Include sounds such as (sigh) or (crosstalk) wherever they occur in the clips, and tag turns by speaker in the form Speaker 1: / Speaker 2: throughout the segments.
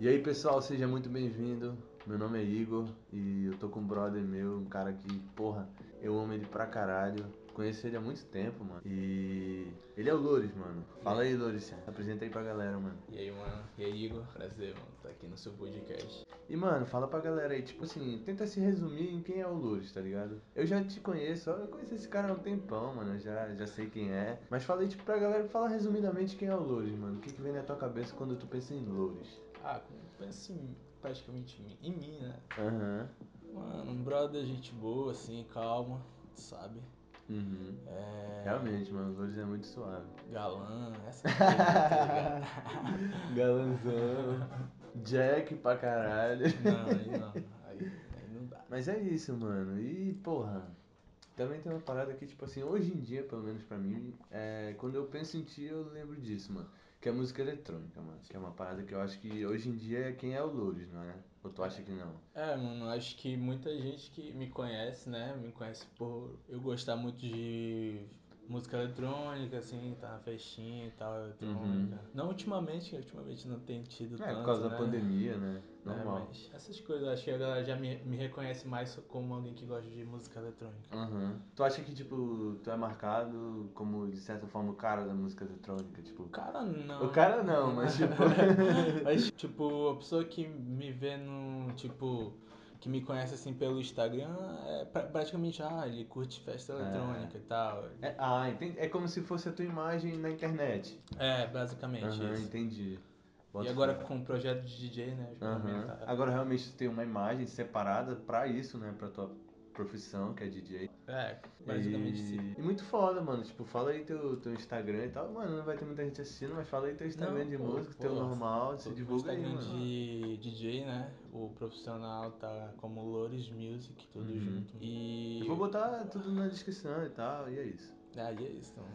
Speaker 1: E aí pessoal, seja muito bem-vindo. Meu nome é Igor e eu tô com um brother meu, um cara que, porra, eu amo ele pra caralho. Conheço ele há muito tempo, mano. E ele é o Loures, mano. Fala aí, Loures. Apresenta aí pra galera, mano.
Speaker 2: E aí, mano? E aí, Igor? Prazer, mano. Tá aqui no seu podcast.
Speaker 1: E, mano, fala pra galera aí, tipo assim, tenta se resumir em quem é o Loures, tá ligado? Eu já te conheço, ó, eu conheço esse cara há um tempão, mano, eu já, já sei quem é. Mas fala aí, tipo, pra galera, fala resumidamente quem é o Loures, mano. O que, que vem na tua cabeça quando tu pensa em Loures?
Speaker 2: Ah, como eu penso em- praticamente em mim- em mim, né?
Speaker 1: Aham.
Speaker 2: Mano, um brother, gente boa, assim, calma, sabe?
Speaker 1: Uhum.
Speaker 2: É.
Speaker 1: Realmente, mano, o Loures é muito suave.
Speaker 2: Galã, essa coisa, tá
Speaker 1: Galanzão. Jack pra caralho. (laughs)
Speaker 2: ligado? Não, aí não. Aí, aí não dá.
Speaker 1: Mas é isso, mano. E, porra, também tem uma parada que, tipo assim, hoje em dia, pelo menos pra mim, é, quando eu penso em ti, eu lembro disso, mano. Que é música eletrônica, mano. Que é uma parada que eu acho que hoje em dia é quem é o Loures, não é? Ou tu acha que não?
Speaker 2: É, mano, acho que muita gente que me conhece, né? Me conhece por eu gostar muito de música eletrônica, assim, tá na festinha e tal, eletrônica. Não ultimamente, ultimamente não tem tido
Speaker 1: Uhum. É,
Speaker 2: tanto,
Speaker 1: por causa da
Speaker 2: né?
Speaker 1: pandemia, né?
Speaker 2: né,
Speaker 1: Normal.
Speaker 2: mas essas coisas, acho que a galera já me, me reconhece mais como alguém que gosta de música eletrônica.
Speaker 1: Aham. Tu acha que, tipo, tu é marcado como, de certa forma, o cara da música eletrônica? Tipo,
Speaker 2: O cara não.
Speaker 1: o cara não,
Speaker 2: (laughs)
Speaker 1: mas, tipo.
Speaker 2: Mas, tipo, a pessoa que me vê no. Tipo. Que me conhece assim pelo Instagram é pra- praticamente, ah, ele curte festa eletrônica e tal.
Speaker 1: É- ah, entendi. É como se fosse a tua imagem na internet.
Speaker 2: É, basicamente
Speaker 1: Aham,
Speaker 2: isso.
Speaker 1: entendi.
Speaker 2: E
Speaker 1: Bota
Speaker 2: agora
Speaker 1: fé.
Speaker 2: com o projeto de DJ, né? acho que
Speaker 1: Aham.
Speaker 2: também tá-
Speaker 1: Agora realmente tu tem uma imagem separada pra isso, né? Pra tua profissão, que é DJ.
Speaker 2: É, basicamente
Speaker 1: e...
Speaker 2: sim.
Speaker 1: E muito foda, mano. Tipo, fala aí teu, teu Instagram e tal. Mano, não vai ter muita gente assistindo, mas fala aí teu Instagram
Speaker 2: Não,
Speaker 1: de
Speaker 2: pô,
Speaker 1: música, teu
Speaker 2: pô,
Speaker 1: normal,
Speaker 2: O
Speaker 1: se divulga aí,
Speaker 2: Instagram
Speaker 1: mano.
Speaker 2: de DJ, né? O profissional tá como Lores Music, tudo
Speaker 1: Uhum.
Speaker 2: junto. E.
Speaker 1: Eu vou botar tudo na descrição e tal, e é isso.
Speaker 2: Ah, e é isso. Então.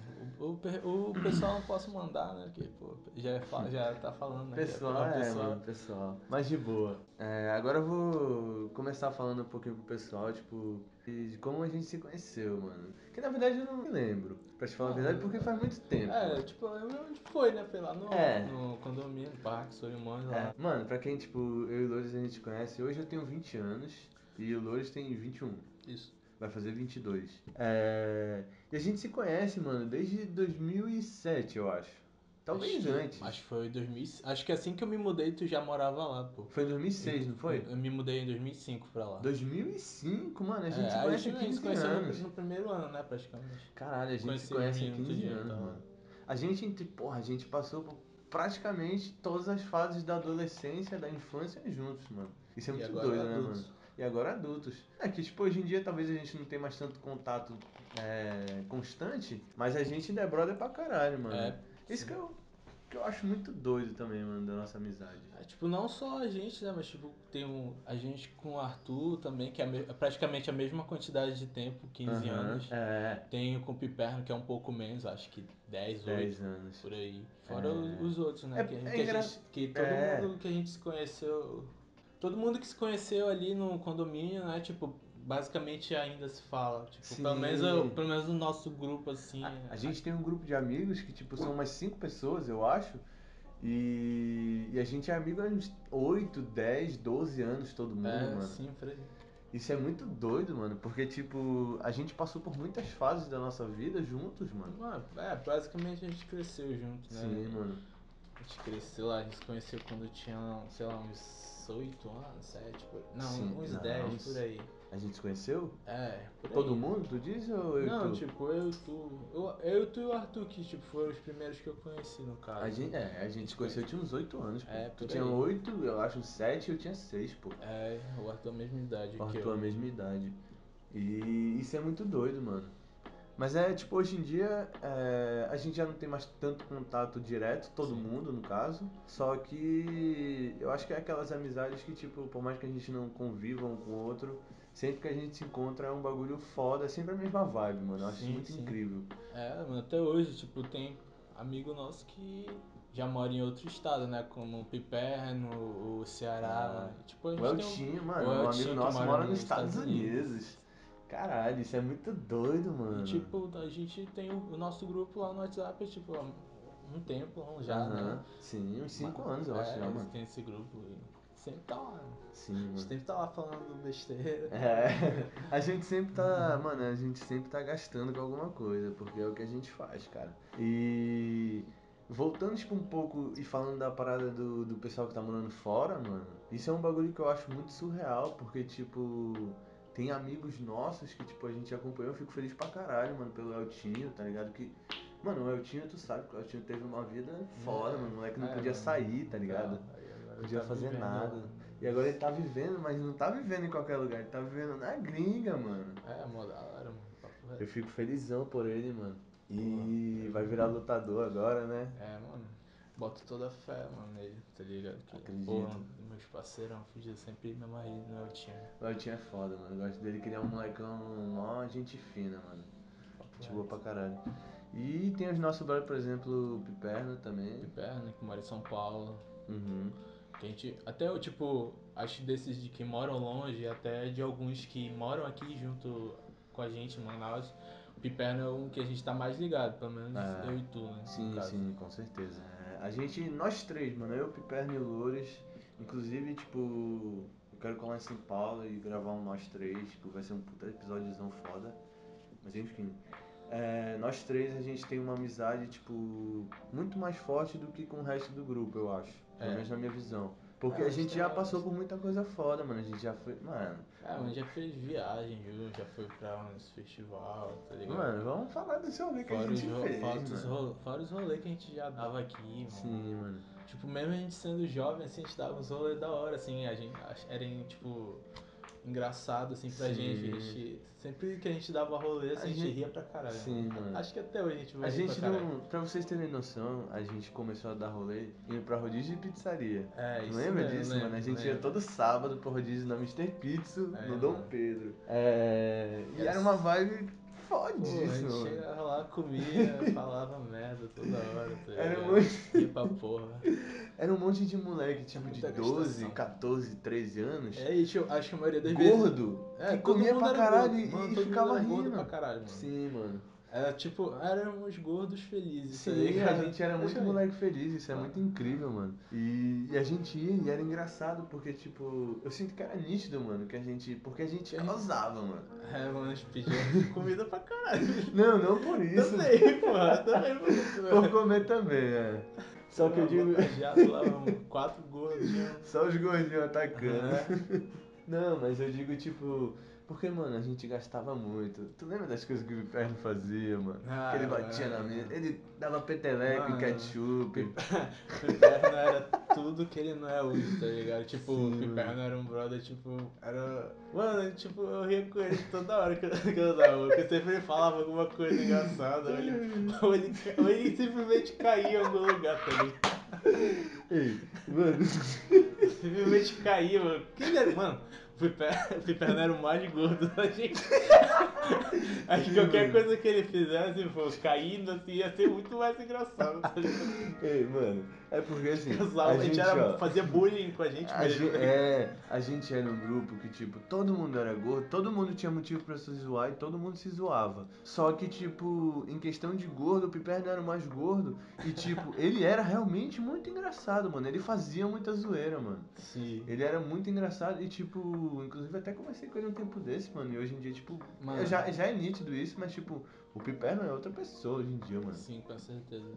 Speaker 2: O, o, pe- o pessoal não posso mandar, né? Porque, pô, já, é fa- já tá falando, né?
Speaker 1: Pessoal,
Speaker 2: já,
Speaker 1: é,
Speaker 2: tá-
Speaker 1: mano, pessoal. Mas de boa. É, agora eu vou começar falando um pouquinho pro pessoal, tipo, de como a gente se conheceu, mano. Que na verdade eu não me lembro, pra te falar a verdade, porque faz muito tempo.
Speaker 2: É, tipo, eu lembro onde foi, né? Foi lá no,
Speaker 1: É.
Speaker 2: no condomínio, no Parque Solimões, lá.
Speaker 1: É. Mano, pra quem, tipo, eu e o Loures a gente conhece, hoje eu tenho 20 anos e o Loures tem 21.
Speaker 2: Isso.
Speaker 1: Vai fazer 22. É... E a gente se conhece, mano, desde 2007, eu acho. Talvez
Speaker 2: acho, que-
Speaker 1: antes.
Speaker 2: Acho que foi em 2005. Acho que assim que eu me mudei, tu já morava lá, pô.
Speaker 1: Foi em 2006, não foi?
Speaker 2: Eu, eu me mudei em 2005 pra lá.
Speaker 1: 2005, mano, a gente
Speaker 2: É,
Speaker 1: se
Speaker 2: aí
Speaker 1: conhece há
Speaker 2: a gente
Speaker 1: 15
Speaker 2: se conheceu no-
Speaker 1: anos.
Speaker 2: No, primeiro ano, né, praticamente.
Speaker 1: Caralho, a gente
Speaker 2: Conheci
Speaker 1: se conhece há
Speaker 2: muito
Speaker 1: 15
Speaker 2: gente,
Speaker 1: anos,
Speaker 2: tá?
Speaker 1: mano. A gente, entre- porra, a gente passou por praticamente todas as fases da adolescência, da infância juntos, mano. Isso é
Speaker 2: e
Speaker 1: muito
Speaker 2: agora
Speaker 1: doido, né,
Speaker 2: adultos.
Speaker 1: mano? E agora adultos. É que, tipo, hoje em dia talvez a gente não tenha mais tanto contato é, constante, mas a gente ainda é brother pra caralho, mano.
Speaker 2: É,
Speaker 1: Isso que eu, que eu acho muito doido também, mano, da nossa amizade.
Speaker 2: É, tipo, não só a gente, né? Mas tipo, tem um, a gente com o Arthur também, que é me- é praticamente a mesma quantidade de tempo, 15
Speaker 1: Aham,
Speaker 2: anos.
Speaker 1: É,
Speaker 2: Tem o com o Piperno, que é um pouco menos, acho que 10, 8,
Speaker 1: 10 anos.
Speaker 2: por aí. Fora
Speaker 1: É.
Speaker 2: o- os outros, né?
Speaker 1: É-
Speaker 2: que, a gente-
Speaker 1: é
Speaker 2: que a
Speaker 1: engra-
Speaker 2: gente- que todo
Speaker 1: É.
Speaker 2: mundo que a gente se conheceu. Todo mundo que se conheceu ali no condomínio, né? Tipo, basicamente ainda se fala. Tipo,
Speaker 1: Sim.
Speaker 2: pelo menos, eu- pelo menos no nosso grupo, assim.
Speaker 1: A, a gente tem um grupo de amigos que, tipo, são umas cinco pessoas, eu acho. E, e a gente é amigo há uns 8, 10, 12 anos, todo mundo,
Speaker 2: é,
Speaker 1: mano.
Speaker 2: sim, Fred.
Speaker 1: Isso é muito doido, mano, porque, tipo, a gente passou por muitas fases da nossa vida juntos, mano.
Speaker 2: Mano, é, basicamente a gente cresceu junto, né?
Speaker 1: Sim, mano.
Speaker 2: A gente cresceu lá, a gente se conheceu quando tinha, sei lá, uns 8 anos, 7, por... não,
Speaker 1: Sim,
Speaker 2: uns
Speaker 1: não,
Speaker 2: 10
Speaker 1: uns-
Speaker 2: por aí.
Speaker 1: A gente se conheceu?
Speaker 2: É, por aí.
Speaker 1: Todo mundo, tu diz ou eu e
Speaker 2: Não,
Speaker 1: tu?
Speaker 2: tipo, eu, tu, eu, eu, tu e o Arthur, que tipo, foram os primeiros que eu conheci, no caso.
Speaker 1: A gente, é, a gente se conheceu, eu tinha uns 8 anos, pô.
Speaker 2: É,
Speaker 1: tu
Speaker 2: por
Speaker 1: tinha
Speaker 2: aí.
Speaker 1: 8, eu acho 7 eu tinha 6, pô.
Speaker 2: É, o Arthur a mesma idade
Speaker 1: Com a
Speaker 2: que é
Speaker 1: tua
Speaker 2: eu.
Speaker 1: mesma idade. E isso é muito doido, mano. Mas é tipo, hoje em dia é, a gente já não tem mais tanto contato direto, todo
Speaker 2: Sim.
Speaker 1: mundo no caso. Só que eu acho que é aquelas amizades que, tipo, por mais que a gente não conviva um com o outro, sempre que a gente se encontra é um bagulho foda, é sempre a mesma vibe, mano. Eu acho isso
Speaker 2: Sim,
Speaker 1: muito
Speaker 2: sim.
Speaker 1: incrível.
Speaker 2: É, mano, até hoje, tipo, tem amigo nosso que já mora em outro estado, né? Como o Piperno, o Ceará,
Speaker 1: Ah.
Speaker 2: mano. Tipo, a gente
Speaker 1: O
Speaker 2: tem um-
Speaker 1: Eltinho, mano,
Speaker 2: o
Speaker 1: um
Speaker 2: Eltinho
Speaker 1: amigo
Speaker 2: que
Speaker 1: nosso
Speaker 2: mora
Speaker 1: mora
Speaker 2: nos
Speaker 1: nos Estados
Speaker 2: Estados Unidos.
Speaker 1: Unidos. Caralho,
Speaker 2: um,
Speaker 1: isso é muito doido, mano.
Speaker 2: E tipo, a gente tem o, o nosso grupo lá no WhatsApp, é, tipo, um tempão já, né?
Speaker 1: Sim, uns 5
Speaker 2: Mas-
Speaker 1: anos eu acho
Speaker 2: é,
Speaker 1: já,
Speaker 2: eles
Speaker 1: mano. Uhum.
Speaker 2: têm esse grupo e sempre tá lá. né?
Speaker 1: Sim,
Speaker 2: A gente
Speaker 1: mano.
Speaker 2: sempre tá lá falando besteira.
Speaker 1: É, (laughs) a gente sempre tá, mano, a gente sempre tá gastando com alguma coisa, porque é o que a gente faz, cara. E voltando tipo um pouco e falando da parada do, do pessoal que tá morando fora, mano, isso é um bagulho que eu acho muito surreal, porque tipo, tem amigos nossos que tipo a gente acompanhou, eu fico feliz pra caralho, mano, pelo Eltinho, tá ligado? Que, mano, o Eltinho, tu sabe que o Eltinho teve uma vida foda, mano, o moleque não
Speaker 2: É,
Speaker 1: podia
Speaker 2: mano.
Speaker 1: sair, tá ligado?
Speaker 2: Tá, aí agora
Speaker 1: Podia
Speaker 2: tá
Speaker 1: fazer
Speaker 2: vivendo-
Speaker 1: nada. E agora ele tá vivendo, mas não tá vivendo em qualquer lugar, ele tá vivendo na gringa, mano.
Speaker 2: É, mó da hora, mano. papo reto.
Speaker 1: Eu fico felizão por ele, mano. E vai virar lutador agora, né?
Speaker 2: É, mano. Boto toda a fé, mano, nele, tá ligado? Que,
Speaker 1: Acredito.
Speaker 2: Porra, meus parceirão, fugia sempre me amarrei no meu time.
Speaker 1: O Eltinho é foda, mano. Eu gosto dele que ele é um molecão mó gente fina, mano.
Speaker 2: Papo
Speaker 1: Gente
Speaker 2: reto.
Speaker 1: boa pra caralho. E tem os nossos brothers, por exemplo, o Piperno também.
Speaker 2: Piperno, que mora em São Paulo.
Speaker 1: Uhum.
Speaker 2: Que a gente, até eu, tipo, acho desses de que moram longe, até de alguns que moram aqui junto com a gente em Manaus, o Piperno é um que a gente tá mais ligado, pelo menos
Speaker 1: É.
Speaker 2: eu e tu, né? no
Speaker 1: Sim,
Speaker 2: caso.
Speaker 1: sim, com certeza. É, A gente, nós três, mano, eu, Piperno e o Loures, inclusive, tipo, eu quero colar em São Paulo e gravar um Nós Três, que vai ser um puta episódiozão foda. Mas enfim, é, nós três a gente tem uma amizade, tipo, muito mais forte do que com o resto do grupo, eu acho. Pelo
Speaker 2: É.
Speaker 1: menos na minha visão. Porque
Speaker 2: É,
Speaker 1: a gente
Speaker 2: isso
Speaker 1: já
Speaker 2: é-
Speaker 1: passou por muita coisa foda, mano. A gente já foi. Mano,
Speaker 2: É, mano, já fez viagem, viu? Já foi pra uns festival, tá ligado?
Speaker 1: mano, vamos falar desse rolê que a
Speaker 2: Fora os,
Speaker 1: gente
Speaker 2: ro-
Speaker 1: fez.
Speaker 2: fora os
Speaker 1: mano.
Speaker 2: ro- fora os rolês que a gente já dava aqui, mano.
Speaker 1: Sim, mano.
Speaker 2: Tipo, mesmo a gente sendo jovem, assim, a gente dava uns rolês da hora, assim, a gente ach- era, tipo, engraçado, assim, pra
Speaker 1: Sim.
Speaker 2: gente. A gente. Sempre que a gente dava rolê, assim,
Speaker 1: A
Speaker 2: a gente,
Speaker 1: gente-
Speaker 2: ria pra caralho.
Speaker 1: Sim, mano.
Speaker 2: Acho que até hoje a gente vai né?
Speaker 1: A
Speaker 2: rir
Speaker 1: gente
Speaker 2: pra caralho.
Speaker 1: não. Pra vocês terem noção, a gente começou a dar rolê indo pra rodízio de pizzaria.
Speaker 2: É, isso
Speaker 1: Lembra
Speaker 2: mesmo,
Speaker 1: disso,
Speaker 2: lembro,
Speaker 1: mano? A gente ia
Speaker 2: lembro.
Speaker 1: todo sábado pro rodízio na Mr. Pizzo,
Speaker 2: É,
Speaker 1: no Dom
Speaker 2: mano.
Speaker 1: Pedro. É. E
Speaker 2: Yes.
Speaker 1: era uma vibe
Speaker 2: Pô, a gente
Speaker 1: fodíssima. mano.
Speaker 2: chegava lá,
Speaker 1: (laughs)
Speaker 2: comia, falava merda toda hora, tá
Speaker 1: Era
Speaker 2: ligado?
Speaker 1: muito-
Speaker 2: Ia pra porra.
Speaker 1: Era um monte de moleque, tipo, de
Speaker 2: Muita
Speaker 1: 12,
Speaker 2: gastação.
Speaker 1: 14, 13 anos.
Speaker 2: É, e tipo, acho que a maioria das vezes.
Speaker 1: gordo.
Speaker 2: É,
Speaker 1: que
Speaker 2: todo
Speaker 1: comia
Speaker 2: mundo
Speaker 1: pra
Speaker 2: era
Speaker 1: caralho
Speaker 2: gordo.
Speaker 1: e-
Speaker 2: Mano,
Speaker 1: e
Speaker 2: todo mundo
Speaker 1: ficava
Speaker 2: era gordo
Speaker 1: rindo.
Speaker 2: pra caralho, mano.
Speaker 1: Sim, mano.
Speaker 2: Era tipo, éramos gordos felizes. tá
Speaker 1: Sim, é. a
Speaker 2: ligado?
Speaker 1: gente era muito
Speaker 2: Isso aí.
Speaker 1: moleque feliz, isso é
Speaker 2: Ah.
Speaker 1: muito incrível, mano. E, e a gente ia e era engraçado, porque, tipo, eu sinto que era nítido, mano, que a gente. Porque a gente causava, mano.
Speaker 2: É, mano, a gente pedia
Speaker 1: (laughs)
Speaker 2: comida pra caralho.
Speaker 1: Não, não por isso.
Speaker 2: Também, porra. Também é por isso,
Speaker 1: Por
Speaker 2: velho.
Speaker 1: comer também, é. Só que eu digo.
Speaker 2: Jato lá, um, quatro gordos. né?
Speaker 1: Só os gordinhos atacando.
Speaker 2: É.
Speaker 1: Não, mas eu digo, tipo. Porque, mano, a gente gastava muito. Tu lembra das coisas que o Piperno fazia, mano?
Speaker 2: Ah,
Speaker 1: que ele batia na
Speaker 2: mano.
Speaker 1: mesa, ele dava peteleco em
Speaker 2: Mano.
Speaker 1: ketchup.
Speaker 2: Piperno era tudo que ele não é hoje, tá ligado? Tipo,
Speaker 1: Sim,
Speaker 2: o Piperno era um brother, tipo, era. Mano, tipo, eu ria com ele toda hora que eu, (laughs) que eu dava. Porque sempre ele falava alguma coisa engraçada, ou ele, ou ele, ou ele simplesmente caía em algum lugar, tá ligado?
Speaker 1: Ei, mano. (laughs)
Speaker 2: Simplesmente caía, mano. Quem era, mano? O Piper- o Piperno era o mais gordo da gente. (laughs) Acho que qualquer coisa que ele fizesse, pô, caindo assim, ia ser muito mais engraçado. Tá ligado?
Speaker 1: Ei, mano. É porque assim.
Speaker 2: (laughs) Casal,
Speaker 1: a gente era.
Speaker 2: era, fazia bullying com a gente
Speaker 1: a
Speaker 2: mesmo. né?
Speaker 1: gente, é, a gente era um grupo que, tipo, todo mundo era gordo, todo mundo tinha motivo pra se zoar e todo mundo se zoava. Só que, tipo, em questão de gordo, o Piperno era o mais gordo e, tipo, (laughs) ele era realmente muito engraçado, mano. Ele fazia muita zoeira, mano.
Speaker 2: Sim.
Speaker 1: Ele era muito engraçado e, tipo, inclusive até conversei com ele um tempo desse, mano. E hoje em dia, tipo,
Speaker 2: Mano.
Speaker 1: eu já, já é nítido isso, mas, tipo, o Piperno é outra pessoa hoje em dia, mano.
Speaker 2: Sim, com certeza.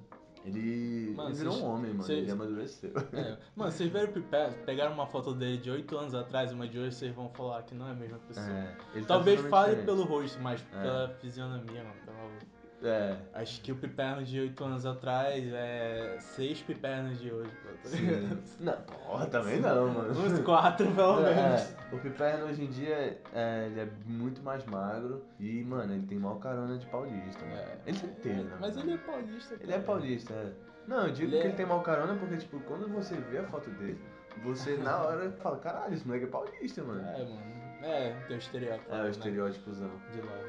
Speaker 1: Ele,
Speaker 2: Mano,
Speaker 1: ele virou
Speaker 2: vocês-
Speaker 1: um homem, mano.
Speaker 2: vocês-
Speaker 1: Ele amadureceu.
Speaker 2: É. Mano, vocês viram o Piper, pegaram uma foto dele de 8 anos atrás e uma de hoje, vocês vão falar que não é a mesma pessoa.
Speaker 1: É, ele tá
Speaker 2: Talvez
Speaker 1: totalmente
Speaker 2: fale
Speaker 1: diferente.
Speaker 2: pelo rosto, mas pela fisionomia, mano. pela- (laughs)
Speaker 1: É.
Speaker 2: Acho que o Piperno de 8 anos atrás é 6 Pipernos de hoje, pô. Tá ligado?
Speaker 1: Não, porra, também não, (laughs) mano.
Speaker 2: Uns (laughs) 4 pelo menos.
Speaker 1: É, o Piperno hoje em dia, é, ele é muito mais magro e, mano, ele tem maior carona de paulista, mano.
Speaker 2: É.
Speaker 1: Ele sempre teve, né?
Speaker 2: Mas ele é paulista, cara.
Speaker 1: Ele é paulista, é. Não, eu digo
Speaker 2: Ele
Speaker 1: que
Speaker 2: é-
Speaker 1: ele tem mau carona porque, tipo, quando você vê a foto dele, você na hora fala, caralho, esse moleque é paulista, mano. É,
Speaker 2: É, mano. É, tem o estereótipo.
Speaker 1: o
Speaker 2: né?
Speaker 1: estereótipozão.
Speaker 2: De lá.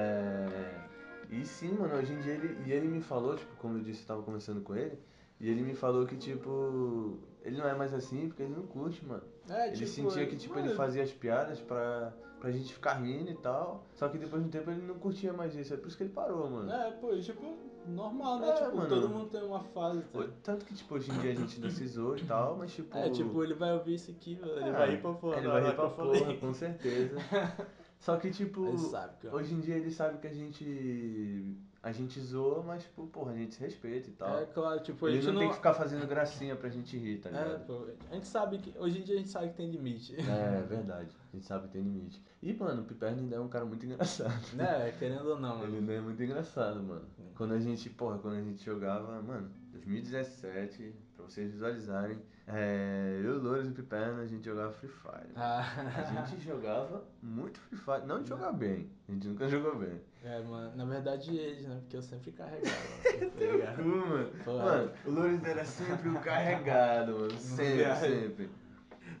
Speaker 1: É... E sim, mano, hoje em dia ele... E ele me falou, tipo, como eu disse, eu tava conversando com ele, e ele me falou que, tipo, ele não é mais assim porque ele não curte, mano.
Speaker 2: É,
Speaker 1: Ele sentia que, tipo, ele
Speaker 2: mano,
Speaker 1: fazia as piadas pra, pra gente ficar rindo e tal. Só que depois de um tempo ele não curtia mais isso. É por isso que ele parou, mano.
Speaker 2: É, pô, e tipo, normal, né?
Speaker 1: É,
Speaker 2: tipo,
Speaker 1: mano.
Speaker 2: todo mundo tem uma fase. Tá?
Speaker 1: O- Tanto que, tipo, hoje em dia a gente decisou e tal, mas tipo.
Speaker 2: É, tipo, ele vai ouvir isso aqui, velho. Ele
Speaker 1: é,
Speaker 2: vai ir pra fora.
Speaker 1: Ele
Speaker 2: na
Speaker 1: vai
Speaker 2: hora
Speaker 1: rir pra
Speaker 2: que eu
Speaker 1: (laughs)
Speaker 2: falei.
Speaker 1: porra, com
Speaker 2: (laughs)
Speaker 1: certeza. Só que, tipo.
Speaker 2: Ele sabe que eu-
Speaker 1: Hoje em dia ele sabe que a gente. A gente zoa, mas, tipo, porra, a gente se respeita e tal.
Speaker 2: É claro, tipo, a
Speaker 1: tá. ele
Speaker 2: gente
Speaker 1: não,
Speaker 2: não.
Speaker 1: tem que ficar fazendo gracinha pra gente rir, tá
Speaker 2: É,
Speaker 1: ligado?
Speaker 2: pô, a gente sabe que. Hoje em dia a gente sabe que tem
Speaker 1: (laughs)
Speaker 2: limite. Né,
Speaker 1: É, verdade. A gente sabe que tem limite. E, mano, o Piperno ainda é um cara muito
Speaker 2: (laughs)
Speaker 1: engraçado.
Speaker 2: né? Querendo ou não,
Speaker 1: Ele
Speaker 2: mano.
Speaker 1: ainda é muito engraçado, mano.
Speaker 2: Hum.
Speaker 1: Quando a gente, porra, quando a gente jogava, mano, 2017, pra vocês visualizarem, é, eu, Louros e Piperno, a gente jogava Free Fire.
Speaker 2: Ah, (laughs)
Speaker 1: A gente jogava muito Free Fire. Não de jogar bem. A gente nunca jogou bem.
Speaker 2: é, mano. Na verdade, eles, né? Porque eu sempre carregava.
Speaker 1: (laughs)
Speaker 2: tá ligado?
Speaker 1: Mano,
Speaker 2: Porra.
Speaker 1: mano o Louros era sempre o carregado, mano. Sempre,
Speaker 2: Viagem.
Speaker 1: sempre.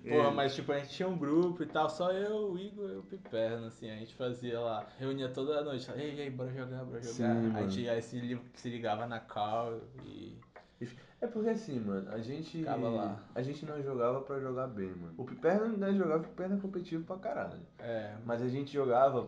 Speaker 1: É.
Speaker 2: Porra, mas tipo, a gente tinha um grupo e tal, só eu, o Igor e o Piperno, assim, a gente fazia lá, reunia toda noite, falava, ei, ei, bora jogar, bora
Speaker 1: Sim,
Speaker 2: jogar. a
Speaker 1: mano.
Speaker 2: gente aí se, li- se ligava na call e.
Speaker 1: É porque assim, mano, a gente.
Speaker 2: Ficava lá.
Speaker 1: A gente não jogava pra jogar bem, mano. O Piperno ainda jogava, o Piperno é competitivo pra caralho.
Speaker 2: É,
Speaker 1: Mas a gente jogava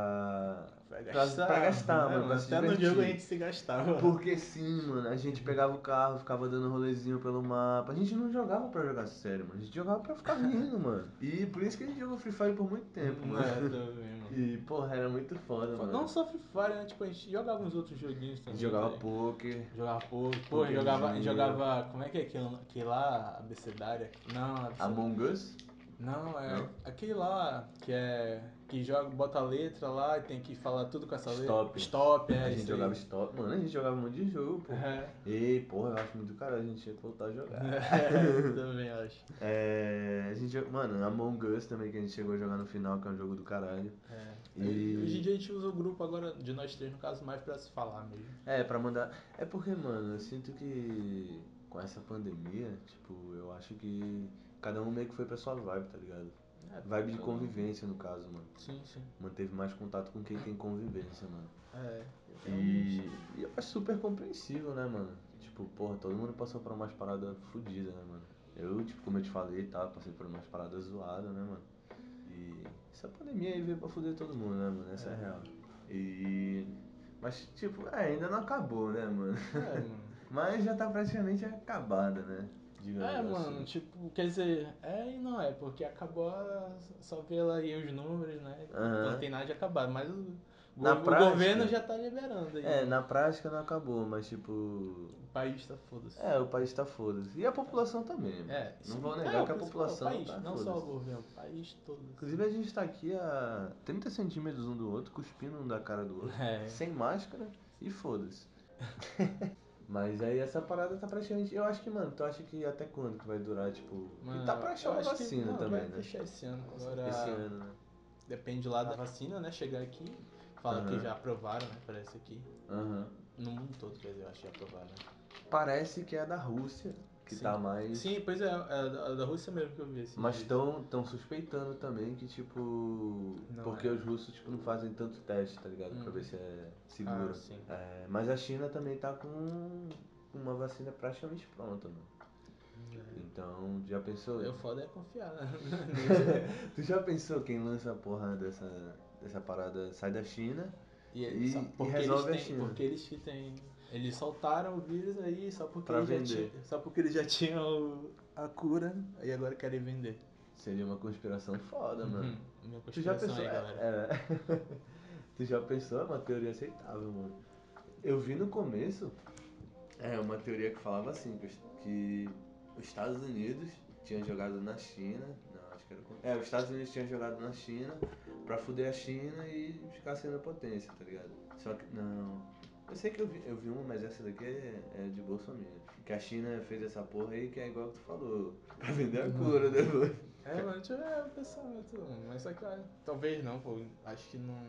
Speaker 1: pra.
Speaker 2: pra
Speaker 1: pra gastar, mano, pra se
Speaker 2: Até no jogo a
Speaker 1: divertir.
Speaker 2: gente se gastava.
Speaker 1: Porque sim, mano, a gente pegava o carro, ficava dando rolezinho pelo mapa. A gente não jogava pra jogar sério, mano. A gente jogava pra ficar rindo, mano. E por isso que a gente jogou Free Fire por muito tempo,
Speaker 2: Não,
Speaker 1: mano.
Speaker 2: é, também,
Speaker 1: (laughs)
Speaker 2: mano.
Speaker 1: E, porra, era muito foda, mano.
Speaker 2: Não né? só Free Fire, né? Tipo, a gente jogava uns outros joguinhos
Speaker 1: A
Speaker 2: também.
Speaker 1: gente jogava
Speaker 2: pouco.
Speaker 1: poker.
Speaker 2: Jogava pouco, pô, a gente jogava, a gente jogava. Como é que é aquele, aquele lá? Abecedária? Não, abecedária.
Speaker 1: Among Us?
Speaker 2: Não, é
Speaker 1: Não?
Speaker 2: aquele lá que é. que joga, bota a letra lá e tem que falar tudo com essa letra.
Speaker 1: Stop.
Speaker 2: Stop, é.
Speaker 1: a
Speaker 2: isso
Speaker 1: gente
Speaker 2: aí.
Speaker 1: jogava stop. Mano, a gente jogava um monte de jogo, pô.
Speaker 2: É,
Speaker 1: Ei, porra, eu acho muito caro, a gente tinha que voltar a jogar.
Speaker 2: (laughs)
Speaker 1: (laughs)
Speaker 2: é, também acho.
Speaker 1: É, a gente, mano, Among Us também que a gente chegou a jogar no final, que é um jogo do caralho.
Speaker 2: É.
Speaker 1: E-
Speaker 2: Hoje em dia a gente usa o grupo agora, de nós três, no caso, mais pra se falar mesmo.
Speaker 1: É, pra mandar. É porque, mano, eu sinto que com essa pandemia, tipo, eu acho que cada um meio que foi pra sua vibe, tá ligado?
Speaker 2: É,
Speaker 1: Vibe de
Speaker 2: tá-
Speaker 1: convivência, no caso, mano.
Speaker 2: Sim, sim.
Speaker 1: Manteve mais contato com quem tem convivência, mano.
Speaker 2: É.
Speaker 1: E, e eu acho super compreensível, né, mano? Tipo, porra, todo mundo passou por umas paradas fodidas, né, mano? Eu, tipo, como eu te falei, tá, passei por umas paradas zoadas, né, mano? E essa pandemia aí veio pra foder todo mundo, né, mano? Essa é,
Speaker 2: É.
Speaker 1: a real. E. Mas, tipo, é, ainda não acabou, né, mano? (laughs)
Speaker 2: É, mano.
Speaker 1: Mas já tá praticamente acabada, né? Digamos
Speaker 2: É,
Speaker 1: assim.
Speaker 2: mano, tipo, quer dizer, é e não é, porque acabou a- só pela aí os números, né?
Speaker 1: Aham.
Speaker 2: Não tem nada de acabado, mas o,
Speaker 1: Na
Speaker 2: o
Speaker 1: prática-
Speaker 2: governo já tá liberando aí.
Speaker 1: É, na prática não acabou, mas, tipo.
Speaker 2: O país tá foda-se.
Speaker 1: É, o país tá foda-se. E a população também. mano.
Speaker 2: É,
Speaker 1: não
Speaker 2: isso-
Speaker 1: vou
Speaker 2: é,
Speaker 1: negar
Speaker 2: o
Speaker 1: que a
Speaker 2: principal,
Speaker 1: população.
Speaker 2: o país,
Speaker 1: tá
Speaker 2: não só o
Speaker 1: foda-se.
Speaker 2: governo, o país todo.
Speaker 1: Inclusive a gente tá aqui a 30 centímetros um do outro, cuspindo um da cara do outro,
Speaker 2: É.
Speaker 1: sem máscara e foda-se. (laughs) Mas aí essa parada tá praticamente. Eu acho que, mano, tu acha que até quando que vai durar, tipo. e tá pra achar
Speaker 2: eu
Speaker 1: uma
Speaker 2: acho que,
Speaker 1: vacina
Speaker 2: não,
Speaker 1: também,
Speaker 2: vai
Speaker 1: né?
Speaker 2: fechar esse ano. Agora,
Speaker 1: Esse ano, né?
Speaker 2: depende lá da vacina, né? Chegar aqui, fala que
Speaker 1: Aham.
Speaker 2: já aprovaram, né? Parece aqui.
Speaker 1: Aham.
Speaker 2: No mundo todo, quer dizer, eu acho que já aprovaram, né?
Speaker 1: Parece que é a da Rússia, que
Speaker 2: Sim.
Speaker 1: tá mais.
Speaker 2: Sim, pois é, é da, da Rússia mesmo que eu vi. Assim,
Speaker 1: Mas tão, tão suspeitando também que, tipo. porque
Speaker 2: é.
Speaker 1: os russos, tipo, não fazem tanto teste, tá ligado? Pra
Speaker 2: Hum.
Speaker 1: ver se é seguro.
Speaker 2: Ah, sim.
Speaker 1: É, mas a China também tá com uma vacina praticamente pronta, mano. Então, já pensou? (laughs)
Speaker 2: Eu foda é confiar, né?
Speaker 1: Tu já pensou quem lança a porra dessa, dessa parada sai da China?
Speaker 2: E,
Speaker 1: E-
Speaker 2: só
Speaker 1: e
Speaker 2: porque
Speaker 1: resolve a
Speaker 2: eles têm,
Speaker 1: China.
Speaker 2: porque eles que têm. Eles soltaram o vírus aí só porque,
Speaker 1: Pra
Speaker 2: eles já,
Speaker 1: vender.
Speaker 2: tinham, só porque eles já tinham a cura e agora querem vender.
Speaker 1: Seria uma conspiração foda,
Speaker 2: Uhum.
Speaker 1: mano.
Speaker 2: Minha
Speaker 1: Tu já
Speaker 2: conspiração
Speaker 1: pensou?
Speaker 2: aí,
Speaker 1: é,
Speaker 2: galera.
Speaker 1: é. (laughs) tu já pensou? É uma teoria aceitável, mano. Eu vi no começo é uma teoria que falava assim, que os, que os Estados Unidos tinham jogado na China. Não, acho que era. contra- É, os Estados Unidos tinham jogado na China pra fuder a China e ficar sendo a potência, tá ligado? Só que. Não. Eu sei que eu vi, eu vi uma, mas essa daqui é, é de Bolsonaro. Que a China fez essa porra aí, que é igual que tu falou. (laughs) Pra vender a cura né, depois.
Speaker 2: É, mano, deixa eu ver o pensamento, mano. Mas só que ah, talvez não, pô. Acho que não.